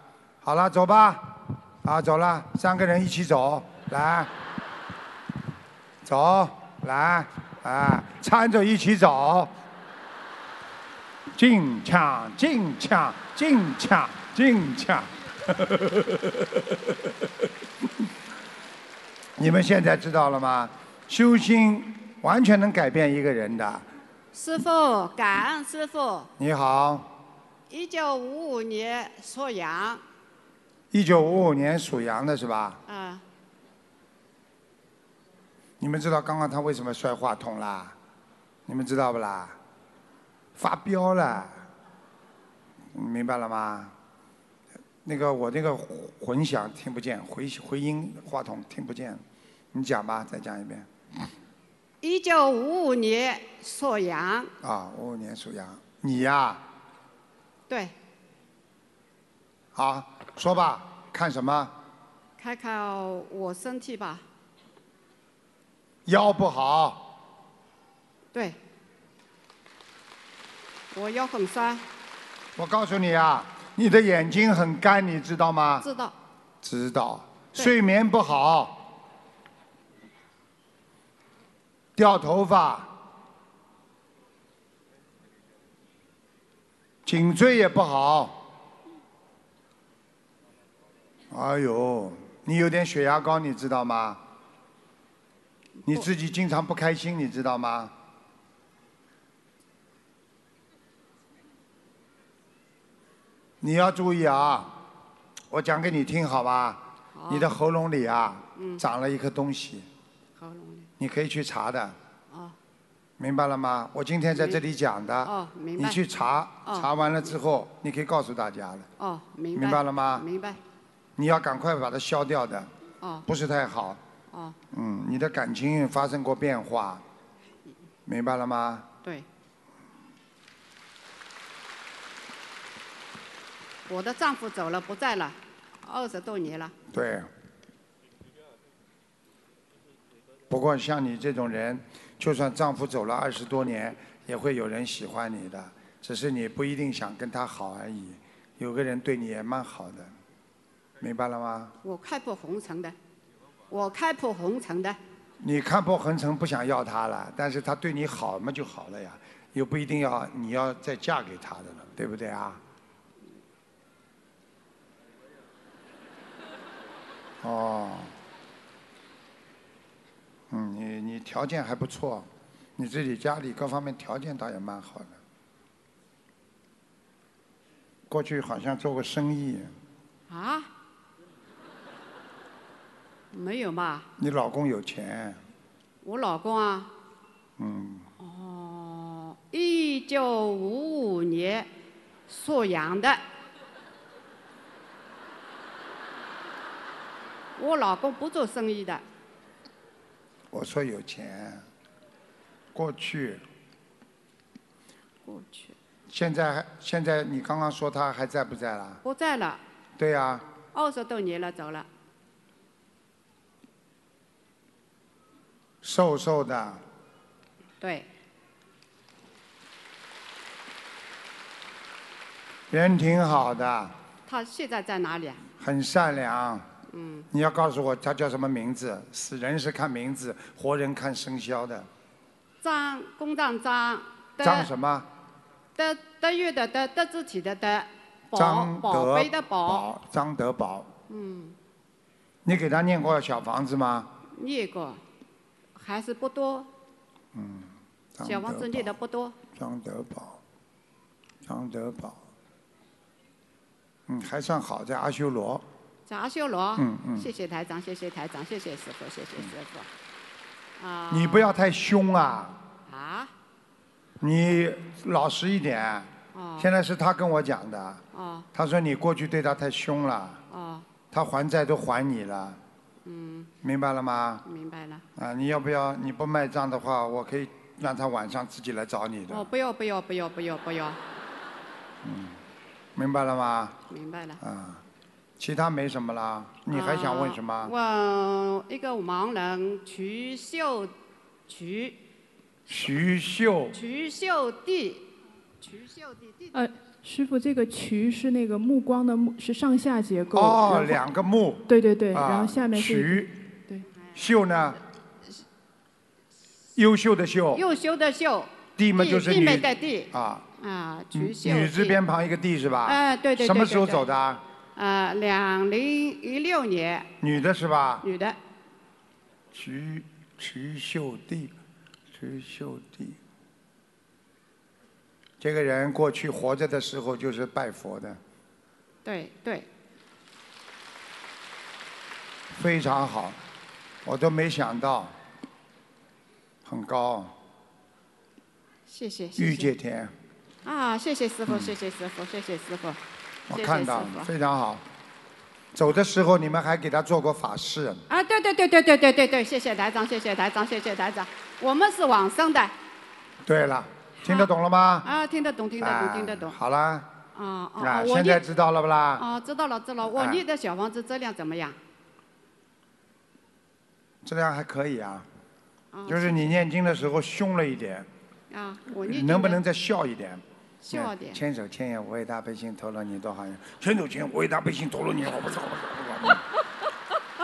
Speaker 2: 好了，走吧，啊，走了，三个人一起走，来，走，来，啊，搀着一起走，进抢，进抢，进抢，进抢。 你们现在知道了吗？修心完全能改变一个人的。
Speaker 12: 师傅，感恩师傅。
Speaker 2: 你好，
Speaker 12: 一九五五年属羊，
Speaker 2: 一九五五年属羊的是吧？
Speaker 12: 啊、
Speaker 2: 你们知道刚刚他为什么摔话筒啦？你们知道不啦？发飙了，你明白了吗？那个我那个混响听不见，回回音话筒听不见，你讲吧，再讲一遍。
Speaker 12: 一九五五年属羊，
Speaker 2: 啊，五五年属羊，你呀、
Speaker 12: 对，
Speaker 2: 好，啊说吧，看什么？
Speaker 12: 看看我身体吧，
Speaker 2: 腰不好，
Speaker 12: 对，我腰很酸，
Speaker 2: 我告诉你啊，你的眼睛很干，你知道吗？
Speaker 12: 知道。
Speaker 2: 知道，睡眠不好，掉头发，颈椎也不好。哎呦，你有点血压高，你知道吗？你自己经常不开心，你知道吗？你要注意啊！我讲给你听好吧？
Speaker 12: 好
Speaker 2: 你的喉咙里啊，
Speaker 12: 嗯
Speaker 2: 长了一颗东西，
Speaker 12: 喉咙里
Speaker 2: 你可以去查的，
Speaker 12: 哦
Speaker 2: 明白了吗？我今天在这里讲的，
Speaker 12: 哦，明白。
Speaker 2: 啊你去查，
Speaker 12: 哦
Speaker 2: 查完了之后，你可以告诉大家了。
Speaker 12: 哦，明白。
Speaker 2: 明白了吗
Speaker 12: 明白。
Speaker 2: 你要赶快把它消掉的，
Speaker 12: 哦
Speaker 2: 不是太好。
Speaker 12: 哦，
Speaker 2: 嗯，你的感情发生过变化，明白了吗？
Speaker 12: 对。我的丈夫走了，不在了，二十多年了。
Speaker 2: 对。不过像你这种人，就算丈夫走了二十多年，也会有人喜欢你的，只是你不一定想跟他好而已。有个人对你也蛮好的，明白了吗？
Speaker 12: 我看破红尘的，我看破红尘的，
Speaker 2: 你看破红尘不想要他了，但是他对你好嘛就好了呀，又不一定要你要再嫁给他的了，对不对啊？ 哦，嗯，你你条件还不错，你自己家里各方面条件倒也蛮好的。过去好像做过生意，
Speaker 12: 啊？没有嘛，
Speaker 2: 你老公有钱，
Speaker 12: 我老公啊，哦
Speaker 2: 嗯，
Speaker 12: 一九五五年属羊的。我老公不做生意的，
Speaker 2: 我说有钱，过去
Speaker 12: 过去
Speaker 2: 现在现在你刚刚说他还在不在啦？
Speaker 12: 不在了，
Speaker 2: 对呀、
Speaker 12: 二十多年了，走了。
Speaker 2: 瘦瘦的，
Speaker 12: 对，
Speaker 2: 人挺好的，
Speaker 12: 他现在在哪里啊？
Speaker 2: 很善良。
Speaker 12: 嗯，
Speaker 2: 你要告诉我他叫什么名字？死人是看名字，活人看生肖的。
Speaker 12: 张公张张，德
Speaker 2: 张什么？
Speaker 12: 德德月的德，德字体的德，宝
Speaker 2: 张
Speaker 12: 宝
Speaker 2: 德
Speaker 12: 贝的宝。
Speaker 2: 张德宝。
Speaker 12: 嗯，
Speaker 2: 你给他念过小房子吗？
Speaker 12: 念过，还是不多。
Speaker 2: 嗯，张
Speaker 12: 小王
Speaker 2: 德
Speaker 12: 子念的不多。
Speaker 2: 张德宝，张德宝，嗯，还算好，在阿修罗。
Speaker 12: 在阿修罗。
Speaker 2: 嗯嗯
Speaker 12: 谢谢台长，谢谢台长，谢谢师傅，谢谢师傅。啊。
Speaker 2: 你不要太凶啊！
Speaker 12: 啊？
Speaker 2: 你老实一点。
Speaker 12: 哦
Speaker 2: 现在是他跟我讲的，
Speaker 12: 哦
Speaker 2: 他说你过去对他太凶了，
Speaker 12: 哦，
Speaker 2: 他还债都还你了，
Speaker 12: 嗯，
Speaker 2: 明白了吗？
Speaker 12: 明白了。
Speaker 2: 啊，你要不要？你不卖账的话，我可以让他晚上自己来找你的，嗯
Speaker 12: 哦，不要不要不要不要不要，
Speaker 2: 明白了吗？
Speaker 12: 明白了。
Speaker 2: 啊，其他没什么啦，你还想问什么？
Speaker 12: 啊问一个盲人瞿秀瞿
Speaker 2: 徐秀，
Speaker 12: 瞿秀娣，瞿秀娣弟弟
Speaker 10: 呃，师傅，这个渠是那个目光的目，是上下结构。然
Speaker 2: 哦，
Speaker 10: 后
Speaker 2: 两个木，
Speaker 10: 对对对，
Speaker 2: 啊
Speaker 10: 然后下面是
Speaker 2: 徐，
Speaker 10: 对，
Speaker 2: 秀呢？优秀的秀，
Speaker 12: 右修的秀，
Speaker 2: 弟嘛
Speaker 12: 弟
Speaker 2: 就是
Speaker 12: 弟
Speaker 2: 女
Speaker 12: 妹的弟
Speaker 2: 啊，
Speaker 12: 啊，瞿
Speaker 2: 女
Speaker 12: 秀
Speaker 2: 女字
Speaker 12: 娣
Speaker 2: 边旁一个地是吧？
Speaker 12: 哎对对对
Speaker 2: 什么时候
Speaker 12: 对对
Speaker 2: 走的啊？
Speaker 12: 啊，两零一六年
Speaker 2: 女的是吧？
Speaker 12: 女的，
Speaker 2: 瞿瞿秀娣，瞿秀娣，这个人过去活着的时候就是拜佛的，
Speaker 12: 对对，
Speaker 2: 非常好，我都没想到，很高，
Speaker 12: 谢谢谢
Speaker 2: 玉
Speaker 12: 谢
Speaker 2: 界天，
Speaker 12: 啊，谢谢师傅，
Speaker 2: 嗯
Speaker 12: 谢谢师傅，谢谢师傅，
Speaker 2: 我
Speaker 12: 谢谢
Speaker 2: 看到
Speaker 12: 师
Speaker 2: 了，
Speaker 12: 傅
Speaker 2: 非常好。走的时候你们还给他做过法事，
Speaker 12: 啊，对对对对对对对对，谢谢台长，谢谢台长，谢谢台长，我们是往生的
Speaker 2: 对了，听得懂了吗？
Speaker 12: 啊，听得懂听得懂
Speaker 2: 啊
Speaker 12: 听得懂
Speaker 2: 好啦，
Speaker 12: 啊啊
Speaker 2: 啊，
Speaker 12: 啊，我
Speaker 2: 现在
Speaker 12: 念
Speaker 2: 知道了不啦？
Speaker 12: 啊，知道了知道了，我
Speaker 2: 哎
Speaker 12: 念的小房子质量怎么样？
Speaker 2: 质量还可以啊，
Speaker 12: 啊
Speaker 2: 就是你念经的时候凶了一点，
Speaker 12: 啊，我念
Speaker 2: 能
Speaker 12: 经
Speaker 2: 不
Speaker 12: 的
Speaker 2: 能再笑一点？
Speaker 12: 笑点。
Speaker 2: 千手千眼无畏大悲心陀罗尼多好呀！千手千眼无畏大悲心陀罗尼，我不知道，我不知道我不知道。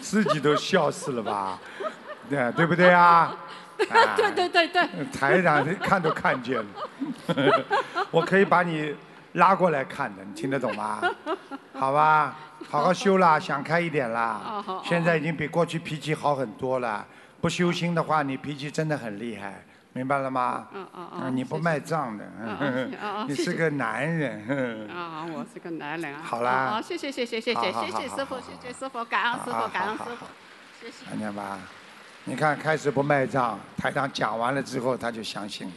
Speaker 2: 自己都笑死了吧？对对不对啊？啊
Speaker 12: 对对对对，
Speaker 2: 台长看都看见了，我可以把你拉过来看的，你听得懂吗？ 好吧，好好修啦，想开一点啦
Speaker 12: 哦好。
Speaker 2: 现在已经比过去脾气好很多了。不修心的话，你脾气真的很厉害，明白了吗？
Speaker 12: 嗯嗯
Speaker 2: 啊
Speaker 12: 嗯，
Speaker 2: 你不卖账的
Speaker 12: 嗯嗯嗯，
Speaker 2: 你
Speaker 12: 谢谢
Speaker 2: 是个男人。嗯
Speaker 12: 啊，我是个男人啊。
Speaker 2: 好啦
Speaker 12: 好，谢谢谢谢谢
Speaker 2: 好
Speaker 12: 谢
Speaker 2: 好
Speaker 12: 谢
Speaker 2: 好
Speaker 12: 谢
Speaker 2: 好
Speaker 12: 师傅，谢谢师傅，感恩师
Speaker 2: 好
Speaker 12: 傅，感恩师
Speaker 2: 好
Speaker 12: 傅，谢谢。
Speaker 2: 看见吧？你看，开始不卖账，台长讲完了之后，他就相信了。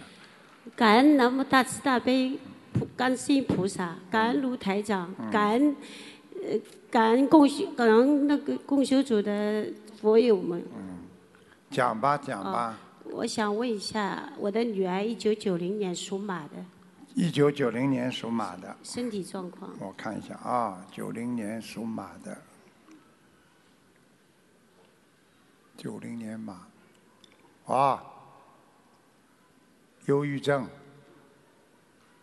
Speaker 13: 感恩南无大慈大悲普观世音菩萨，感恩卢台长，
Speaker 2: 嗯
Speaker 13: 感恩呃感恩共修感恩那个共修组的佛友们。
Speaker 2: 嗯讲吧，讲吧。
Speaker 13: 我想问一下，我的女儿一九九零年属马的，
Speaker 12: 嗯
Speaker 2: 一九九零年属马的，
Speaker 13: 身体状况
Speaker 2: 我看一下啊，九零年属马的，九零年马，啊，忧郁症，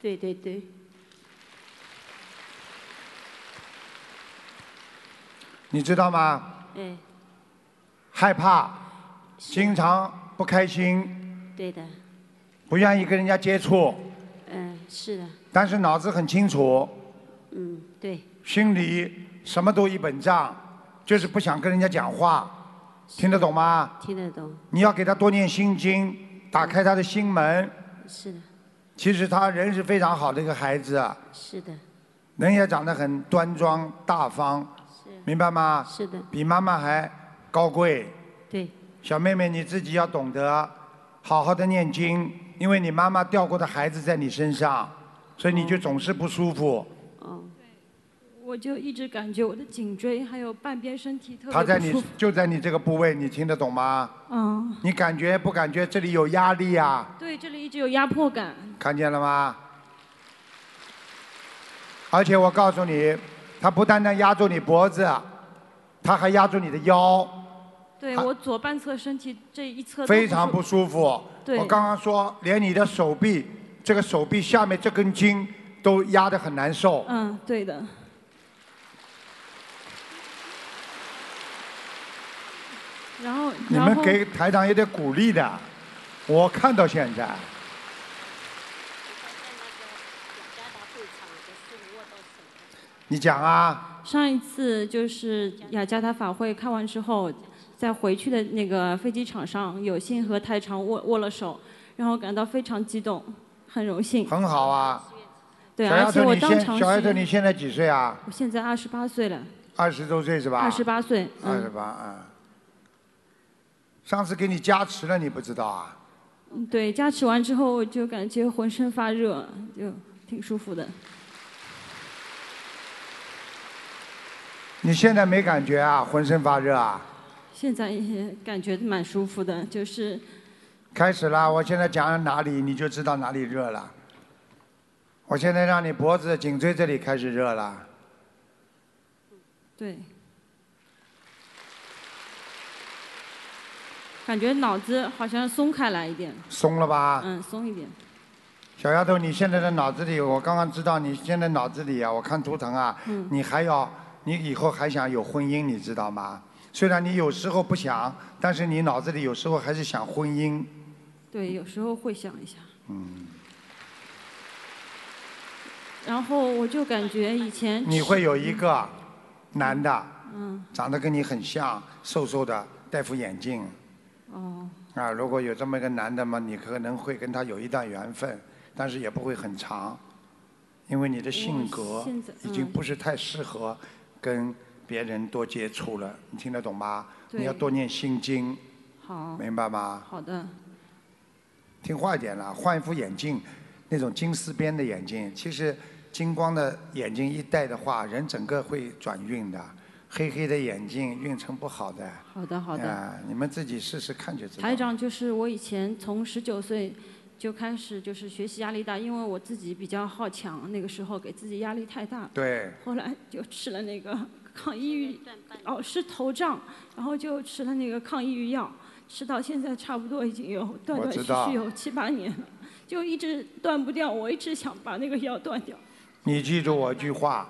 Speaker 13: 对对对，
Speaker 2: 你知道吗？
Speaker 13: 哎，
Speaker 2: 害怕，经常不开心，
Speaker 13: 对的，
Speaker 2: 不愿意跟人家接触，
Speaker 13: 嗯，是的，
Speaker 2: 但是脑子很清楚，
Speaker 13: 嗯，对，
Speaker 2: 心里什么都一本账，就是不想跟人家讲话，听得懂吗？
Speaker 13: 听得懂，
Speaker 2: 你要给他多念心经，打开他的心门。
Speaker 13: 是的，
Speaker 2: 其实他人是非常好的一个孩子，啊，
Speaker 13: 是的，
Speaker 2: 人也长得很端庄大方，明白吗？
Speaker 13: 是的，
Speaker 2: 比妈妈还高贵。
Speaker 13: 对，
Speaker 2: 小妹妹你自己要懂得好好的念经，因为你妈妈掉过的孩子在你身上，所以你就总是不舒
Speaker 13: 哦
Speaker 2: 服。
Speaker 14: 我就一直感觉我的颈椎还有半边身体特
Speaker 2: 她在
Speaker 14: 别不舒
Speaker 2: 你
Speaker 14: 服。
Speaker 2: 就在你这个部位，你听得懂吗？
Speaker 14: 嗯，
Speaker 2: 你感觉不感觉这里有压力啊？
Speaker 14: 对，这里一直有压迫感。
Speaker 2: 看见了吗？而且我告诉你，它不单单压住你脖子，它还压住你的腰，
Speaker 14: 对
Speaker 2: 啊
Speaker 14: 我左半侧身体这一侧都
Speaker 2: 非常
Speaker 14: 不
Speaker 2: 不
Speaker 14: 舒
Speaker 2: 舒服。
Speaker 14: 对
Speaker 2: 我刚刚说，连你的手臂，这个手臂下面这根筋都压得很难受。
Speaker 14: 嗯，对的，然后
Speaker 2: 你
Speaker 14: 然
Speaker 2: 们
Speaker 14: 后
Speaker 2: 给台长有点鼓励的，我看到现在，你讲啊，
Speaker 14: 上一次就是雅加达法会看完之后，在回去的那个飞机场上，有幸和太长握握了手，然后感到非常激动，很荣幸。
Speaker 2: 很好啊。
Speaker 14: 对，
Speaker 2: 小丫
Speaker 14: 而且
Speaker 2: 头，
Speaker 14: 我
Speaker 2: 你
Speaker 14: 当
Speaker 2: 现
Speaker 14: 场
Speaker 2: 小丫头
Speaker 14: 是
Speaker 2: 你现在几岁啊？
Speaker 14: 我现在二十八岁了，
Speaker 2: 二十多岁是吧？
Speaker 14: 二十八岁，
Speaker 2: 二十
Speaker 14: 嗯，
Speaker 2: 八啊。上次给你加持了，你不知道啊？
Speaker 14: 嗯对，加持完之后我就感觉浑身发热，就挺舒服的。
Speaker 2: 你现在没感觉啊？浑身发热啊？
Speaker 14: 现在也感觉蛮舒服的，就是
Speaker 2: 开始啦！我现在讲哪里，你就知道哪里热了。我现在让你脖子、颈椎这里开始热了，
Speaker 14: 对，感觉脑子好像松开来一点，
Speaker 2: 松了吧？
Speaker 14: 嗯，松一点。
Speaker 2: 小丫头，你现在的脑子里，我刚刚知道你现在脑子里啊，我看图腾啊，
Speaker 14: 嗯
Speaker 2: 你还要，你以后还想有婚姻，你知道吗？虽然你有时候不想，但是你脑子里有时候还是想婚姻。
Speaker 14: 对，有时候会想一下。
Speaker 2: 嗯，
Speaker 14: 然后我就感觉以前
Speaker 2: 你会有一个男的，
Speaker 14: 嗯
Speaker 2: 长得跟你很像，瘦瘦的，戴副眼镜
Speaker 14: 哦
Speaker 2: 啊。如果有这么一个男的嘛，你可能会跟他有一段缘分，但是也不会很长，因为你的性格
Speaker 14: 我现在
Speaker 2: 已经不是太适合跟别人多接触了。你听得懂吗？
Speaker 14: 对哦
Speaker 2: 你要多念心经，
Speaker 14: 好
Speaker 2: 明白吗？
Speaker 14: 好的
Speaker 2: 听话一点啦，换一副眼镜，那种金丝边的眼镜，其实金光的眼镜一戴的话，人整个会转运的。黑黑的眼镜运程不好的。
Speaker 14: 好的好的。
Speaker 2: 啊，你们自己试试看就知道
Speaker 14: 台。长就是我以前从十九岁就开始就是学习压力大，因为我自己比较好强，那个时候给自己压力太大。
Speaker 2: 对，
Speaker 14: 后来就吃了那个抗抑郁，哦是头胀，然后就吃了那个抗抑郁药，是到现在差不多已经有断
Speaker 2: 我
Speaker 14: 断
Speaker 2: 知
Speaker 14: 续
Speaker 2: 道
Speaker 14: 续有七八年了，就一直断不掉。我一直想把那个药断掉。
Speaker 2: 你记住我一句话，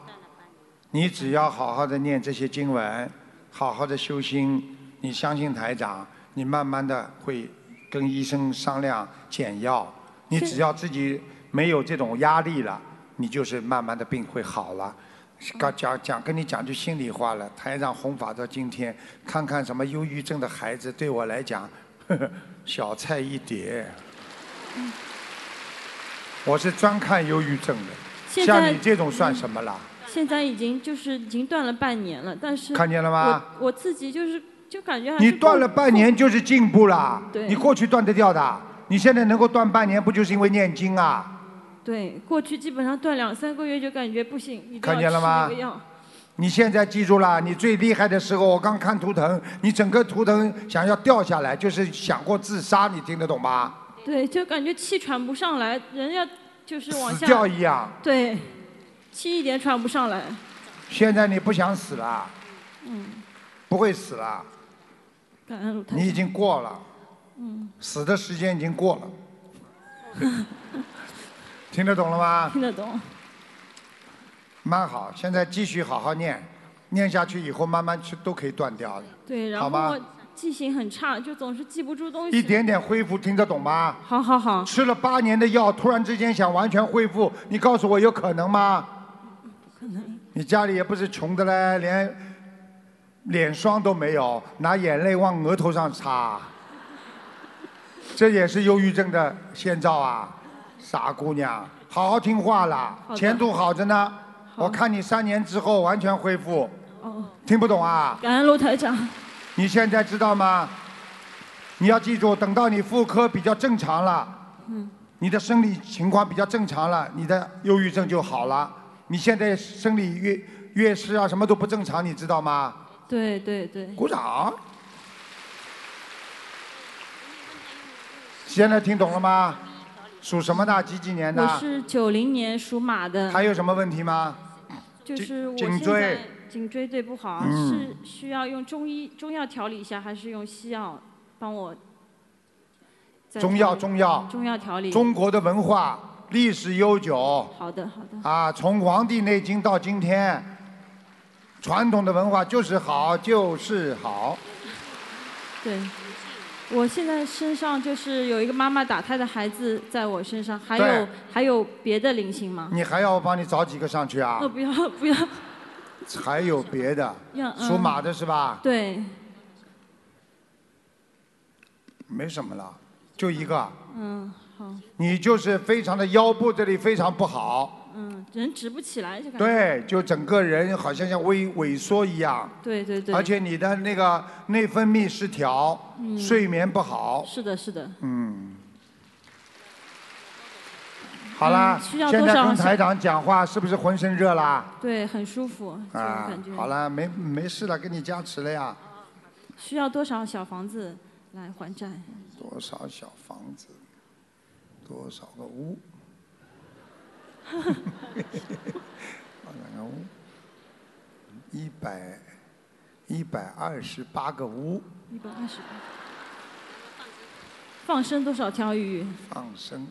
Speaker 2: 你只要好好的念这些经文，好好的修心，你相信台长，你慢慢的会跟医生商量减药。你只要自己没有这种压力了，你就是慢慢的病会好了。刚讲讲跟你讲句心里话了，台长弘法到今天，看看什么忧郁症的孩子，对我来讲， 呵呵小菜一碟。
Speaker 14: 嗯
Speaker 2: 我是专看忧郁症的，
Speaker 14: 现
Speaker 2: 像
Speaker 14: 在
Speaker 2: 你这种算什么啦？
Speaker 14: 现在已经就是已经断了半年了，但是
Speaker 2: 看见了吗
Speaker 14: 我我自己就是就感觉还是
Speaker 2: 你断了半年就是进步啦，
Speaker 14: 对
Speaker 2: 你过去断得掉的，你现在能够断半年，不就是因为念经啊？
Speaker 14: 对，过去基本上断两三个月就感觉不行，一定要
Speaker 2: 看见了吗
Speaker 14: 吃这个药
Speaker 2: 你现在记住了，你最厉害的时候，我刚看图腾，你整个图腾想要掉下来，就是想过自杀，你听得懂吗？
Speaker 14: 对，就感觉气喘不上来，人要就是往
Speaker 2: 死
Speaker 14: 下
Speaker 2: 掉一样。
Speaker 14: 对，气一点喘不上来。
Speaker 2: 现在你不想死了，
Speaker 14: 嗯，
Speaker 2: 不会死了，
Speaker 14: 感恩卢太
Speaker 2: 你已
Speaker 14: 长。
Speaker 2: 经过了，
Speaker 14: 嗯，
Speaker 2: 死的时间已经过了。 听得懂了吗？
Speaker 14: 听得懂。
Speaker 2: 蛮好，现在继续好好念，念下去以后慢慢去都可以断掉的。
Speaker 14: 对，然
Speaker 2: 好
Speaker 14: 后
Speaker 2: 吗
Speaker 14: 我记性很差，就总是记不住东西。
Speaker 2: 一点点恢复，听得懂吗？
Speaker 14: 好好好。
Speaker 2: 吃了八年的药，突然之间想完全恢复，你告诉我有可能吗？
Speaker 14: 可能。
Speaker 2: 你家里也不是穷的嘞，连脸霜都没有，拿眼泪往额头上擦，这也是忧郁症的先兆啊！傻姑娘，好好听话啦，
Speaker 14: 好的
Speaker 2: 前途好着呢。我看你三年之后完全恢复，
Speaker 14: 哦，
Speaker 2: 听不懂啊？
Speaker 14: 感恩卢台长。
Speaker 2: 你现在知道吗？你要记住，等到你妇科比较正常了，
Speaker 14: 嗯，
Speaker 2: 你的生理情况比较正常了，你的忧郁症就好了。你现在生理月月事啊，什么都不正常，你知道吗？
Speaker 14: 对对对。
Speaker 2: 鼓掌。现在听懂了吗？属什么的？几几年的
Speaker 14: 我？是嗯九零年属马的。
Speaker 2: 还有什么问题吗？
Speaker 14: 就是我
Speaker 2: 颈
Speaker 14: 现
Speaker 2: 椎
Speaker 14: 在颈椎对不好，
Speaker 2: 嗯
Speaker 14: 是需要用中医中药调理一下，还是用西药帮我？嗯
Speaker 2: 中药，中药。
Speaker 14: 中药调理。
Speaker 2: 中国的文化历史悠久。
Speaker 14: 好的，好的，
Speaker 2: 啊，从《黄帝内经》到今天，传统的文化就是好，就是好。
Speaker 14: 对。我现在身上就是有一个妈妈打胎的孩子在我身上，还有
Speaker 2: 对
Speaker 14: 还有别的灵性吗？
Speaker 2: 你还要我帮你找几个上去啊
Speaker 14: 哦，？不要不要，
Speaker 2: 还有别的
Speaker 14: 要，嗯
Speaker 2: 属马的是吧？
Speaker 14: 对，
Speaker 2: 没什么了，就一个。
Speaker 14: 嗯，好，
Speaker 2: 你就是非常的腰部这里非常不好，
Speaker 14: 嗯，人直不起来就感觉。
Speaker 2: 对，就整个人好像像萎萎缩一样，
Speaker 14: 对对对。
Speaker 2: 而且你的那个内分泌失调，
Speaker 14: 嗯
Speaker 2: 睡眠不好。
Speaker 14: 是的，是的。
Speaker 2: 嗯。好啦，
Speaker 14: 嗯需要
Speaker 2: 现
Speaker 14: 多
Speaker 2: 在
Speaker 14: 少
Speaker 2: 跟
Speaker 14: 小
Speaker 2: 台长讲话是不是浑身热啦？
Speaker 14: 对，很舒服，这种
Speaker 2: 啊
Speaker 14: 感觉。，
Speaker 2: 好了，没没事了，给你加持了呀。
Speaker 14: 需要多少小房子来还债？
Speaker 2: 多少小房子，多少个屋？ 多少个屋？一百一百二十八个屋，
Speaker 14: 一百二十八。放生多少条鱼？
Speaker 2: 放生。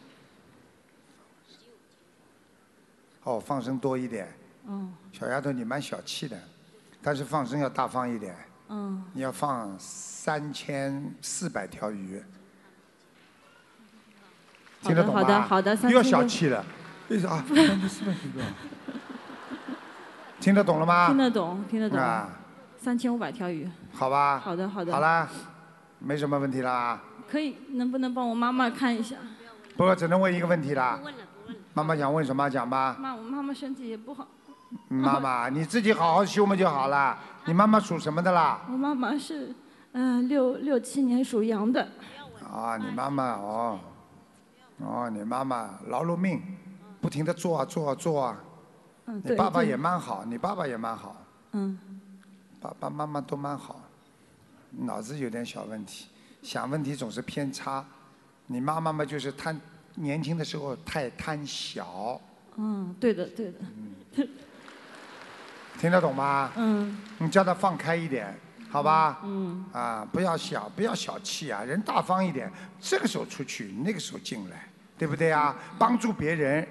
Speaker 2: 哦，放生多一点。
Speaker 14: 嗯
Speaker 2: 小丫头，你蛮小气的，但是放生要大方一点，
Speaker 14: 嗯，
Speaker 2: 你要放三千四百条鱼。
Speaker 14: 好
Speaker 2: 听得
Speaker 14: 的
Speaker 2: 懂
Speaker 14: 好
Speaker 2: 吗？
Speaker 14: 的好的，三
Speaker 2: 不要
Speaker 14: 千
Speaker 2: 小
Speaker 14: 六
Speaker 2: 气了。为啥？四百多个。听得懂了吗？
Speaker 14: 听得懂，听得懂。
Speaker 2: 啊，
Speaker 14: 三千五百条鱼，
Speaker 2: 好吧。
Speaker 14: 好的好的
Speaker 2: 好啦，没什么问题啦。
Speaker 14: 可以能不能帮我妈妈看一下？
Speaker 2: 不过只能问一个问题啦。妈妈想问什么讲吧。
Speaker 14: 妈，我妈妈身体也不好，
Speaker 2: 妈 妈，你自己好好修嘛就好了。你妈妈属什么的啦？
Speaker 14: 我妈妈是，嗯、六六七年属羊的，
Speaker 2: 啊，你妈妈哦，哦，你妈妈劳碌命，不停的做啊做啊做啊。
Speaker 14: 嗯，对，
Speaker 2: 你爸爸
Speaker 14: 对
Speaker 2: 也，蛮好，你爸爸也蛮好，
Speaker 14: 嗯，
Speaker 2: 爸爸妈妈都蛮好，脑子有点小问题，想问题总是偏差。你妈妈嘛就是贪，年轻的时候太贪小，
Speaker 14: 嗯，对的对的，
Speaker 2: 听得懂吗？
Speaker 14: 嗯，
Speaker 2: 你叫她放开一点，好吧？
Speaker 14: 嗯，
Speaker 2: 啊，不要小，不要小气啊，人大方一点。这个时候出去，那个时候进来，对不对啊？帮助别人，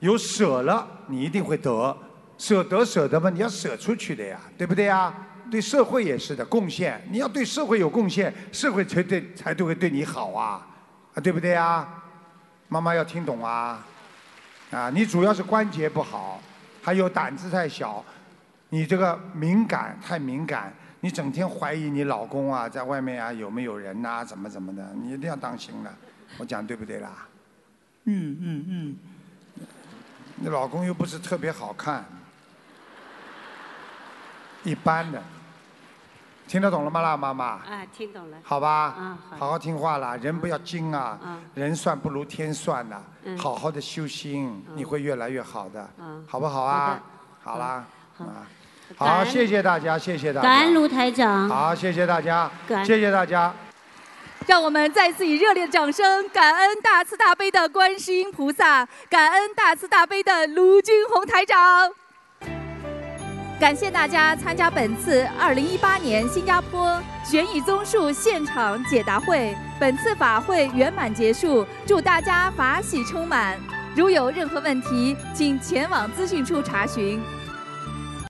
Speaker 2: 有舍了，你一定会得。舍得舍得嘛，你要舍出去的呀，对不对呀？对社会也是的，贡献，你要对社会有贡献，社会才对才对会对你好啊，啊，对不对呀？妈妈要听懂啊，啊，你主要是关节不好，还有胆子太小，你这个敏感太敏感，你整天怀疑你老公啊在外面啊有没有人呐、怎么怎么的，你一定要当心了。我讲对不对啦？嗯嗯嗯。你老公又不是特别好看，一般的，听得懂了吗，啦妈妈？
Speaker 13: 啊，听懂了。
Speaker 2: 好吧，
Speaker 13: 啊好的
Speaker 2: 好好听话啦，人不要精啊，
Speaker 13: 嗯
Speaker 2: 人算不如天算呐、啊
Speaker 13: 嗯
Speaker 2: 好好的修心，你会越来越好的，
Speaker 13: 嗯
Speaker 2: 好不好啊？好啦，啊，
Speaker 13: 感
Speaker 2: 好，
Speaker 13: 恩
Speaker 2: 谢谢大家，谢谢大
Speaker 13: 感恩
Speaker 2: 家，
Speaker 13: 卢台长。
Speaker 2: 好，谢谢大家
Speaker 13: 感，恩
Speaker 2: 谢谢大家。
Speaker 1: 让我们再次以热烈的掌声，感恩大慈大悲的观世音菩萨，感恩大慈大悲的卢军红台长。感谢大家参加本次2018年新加坡悬疑综述现场解答会。本次法会圆满结束，祝大家法喜充满。如有任何问题，请前往资讯处查询。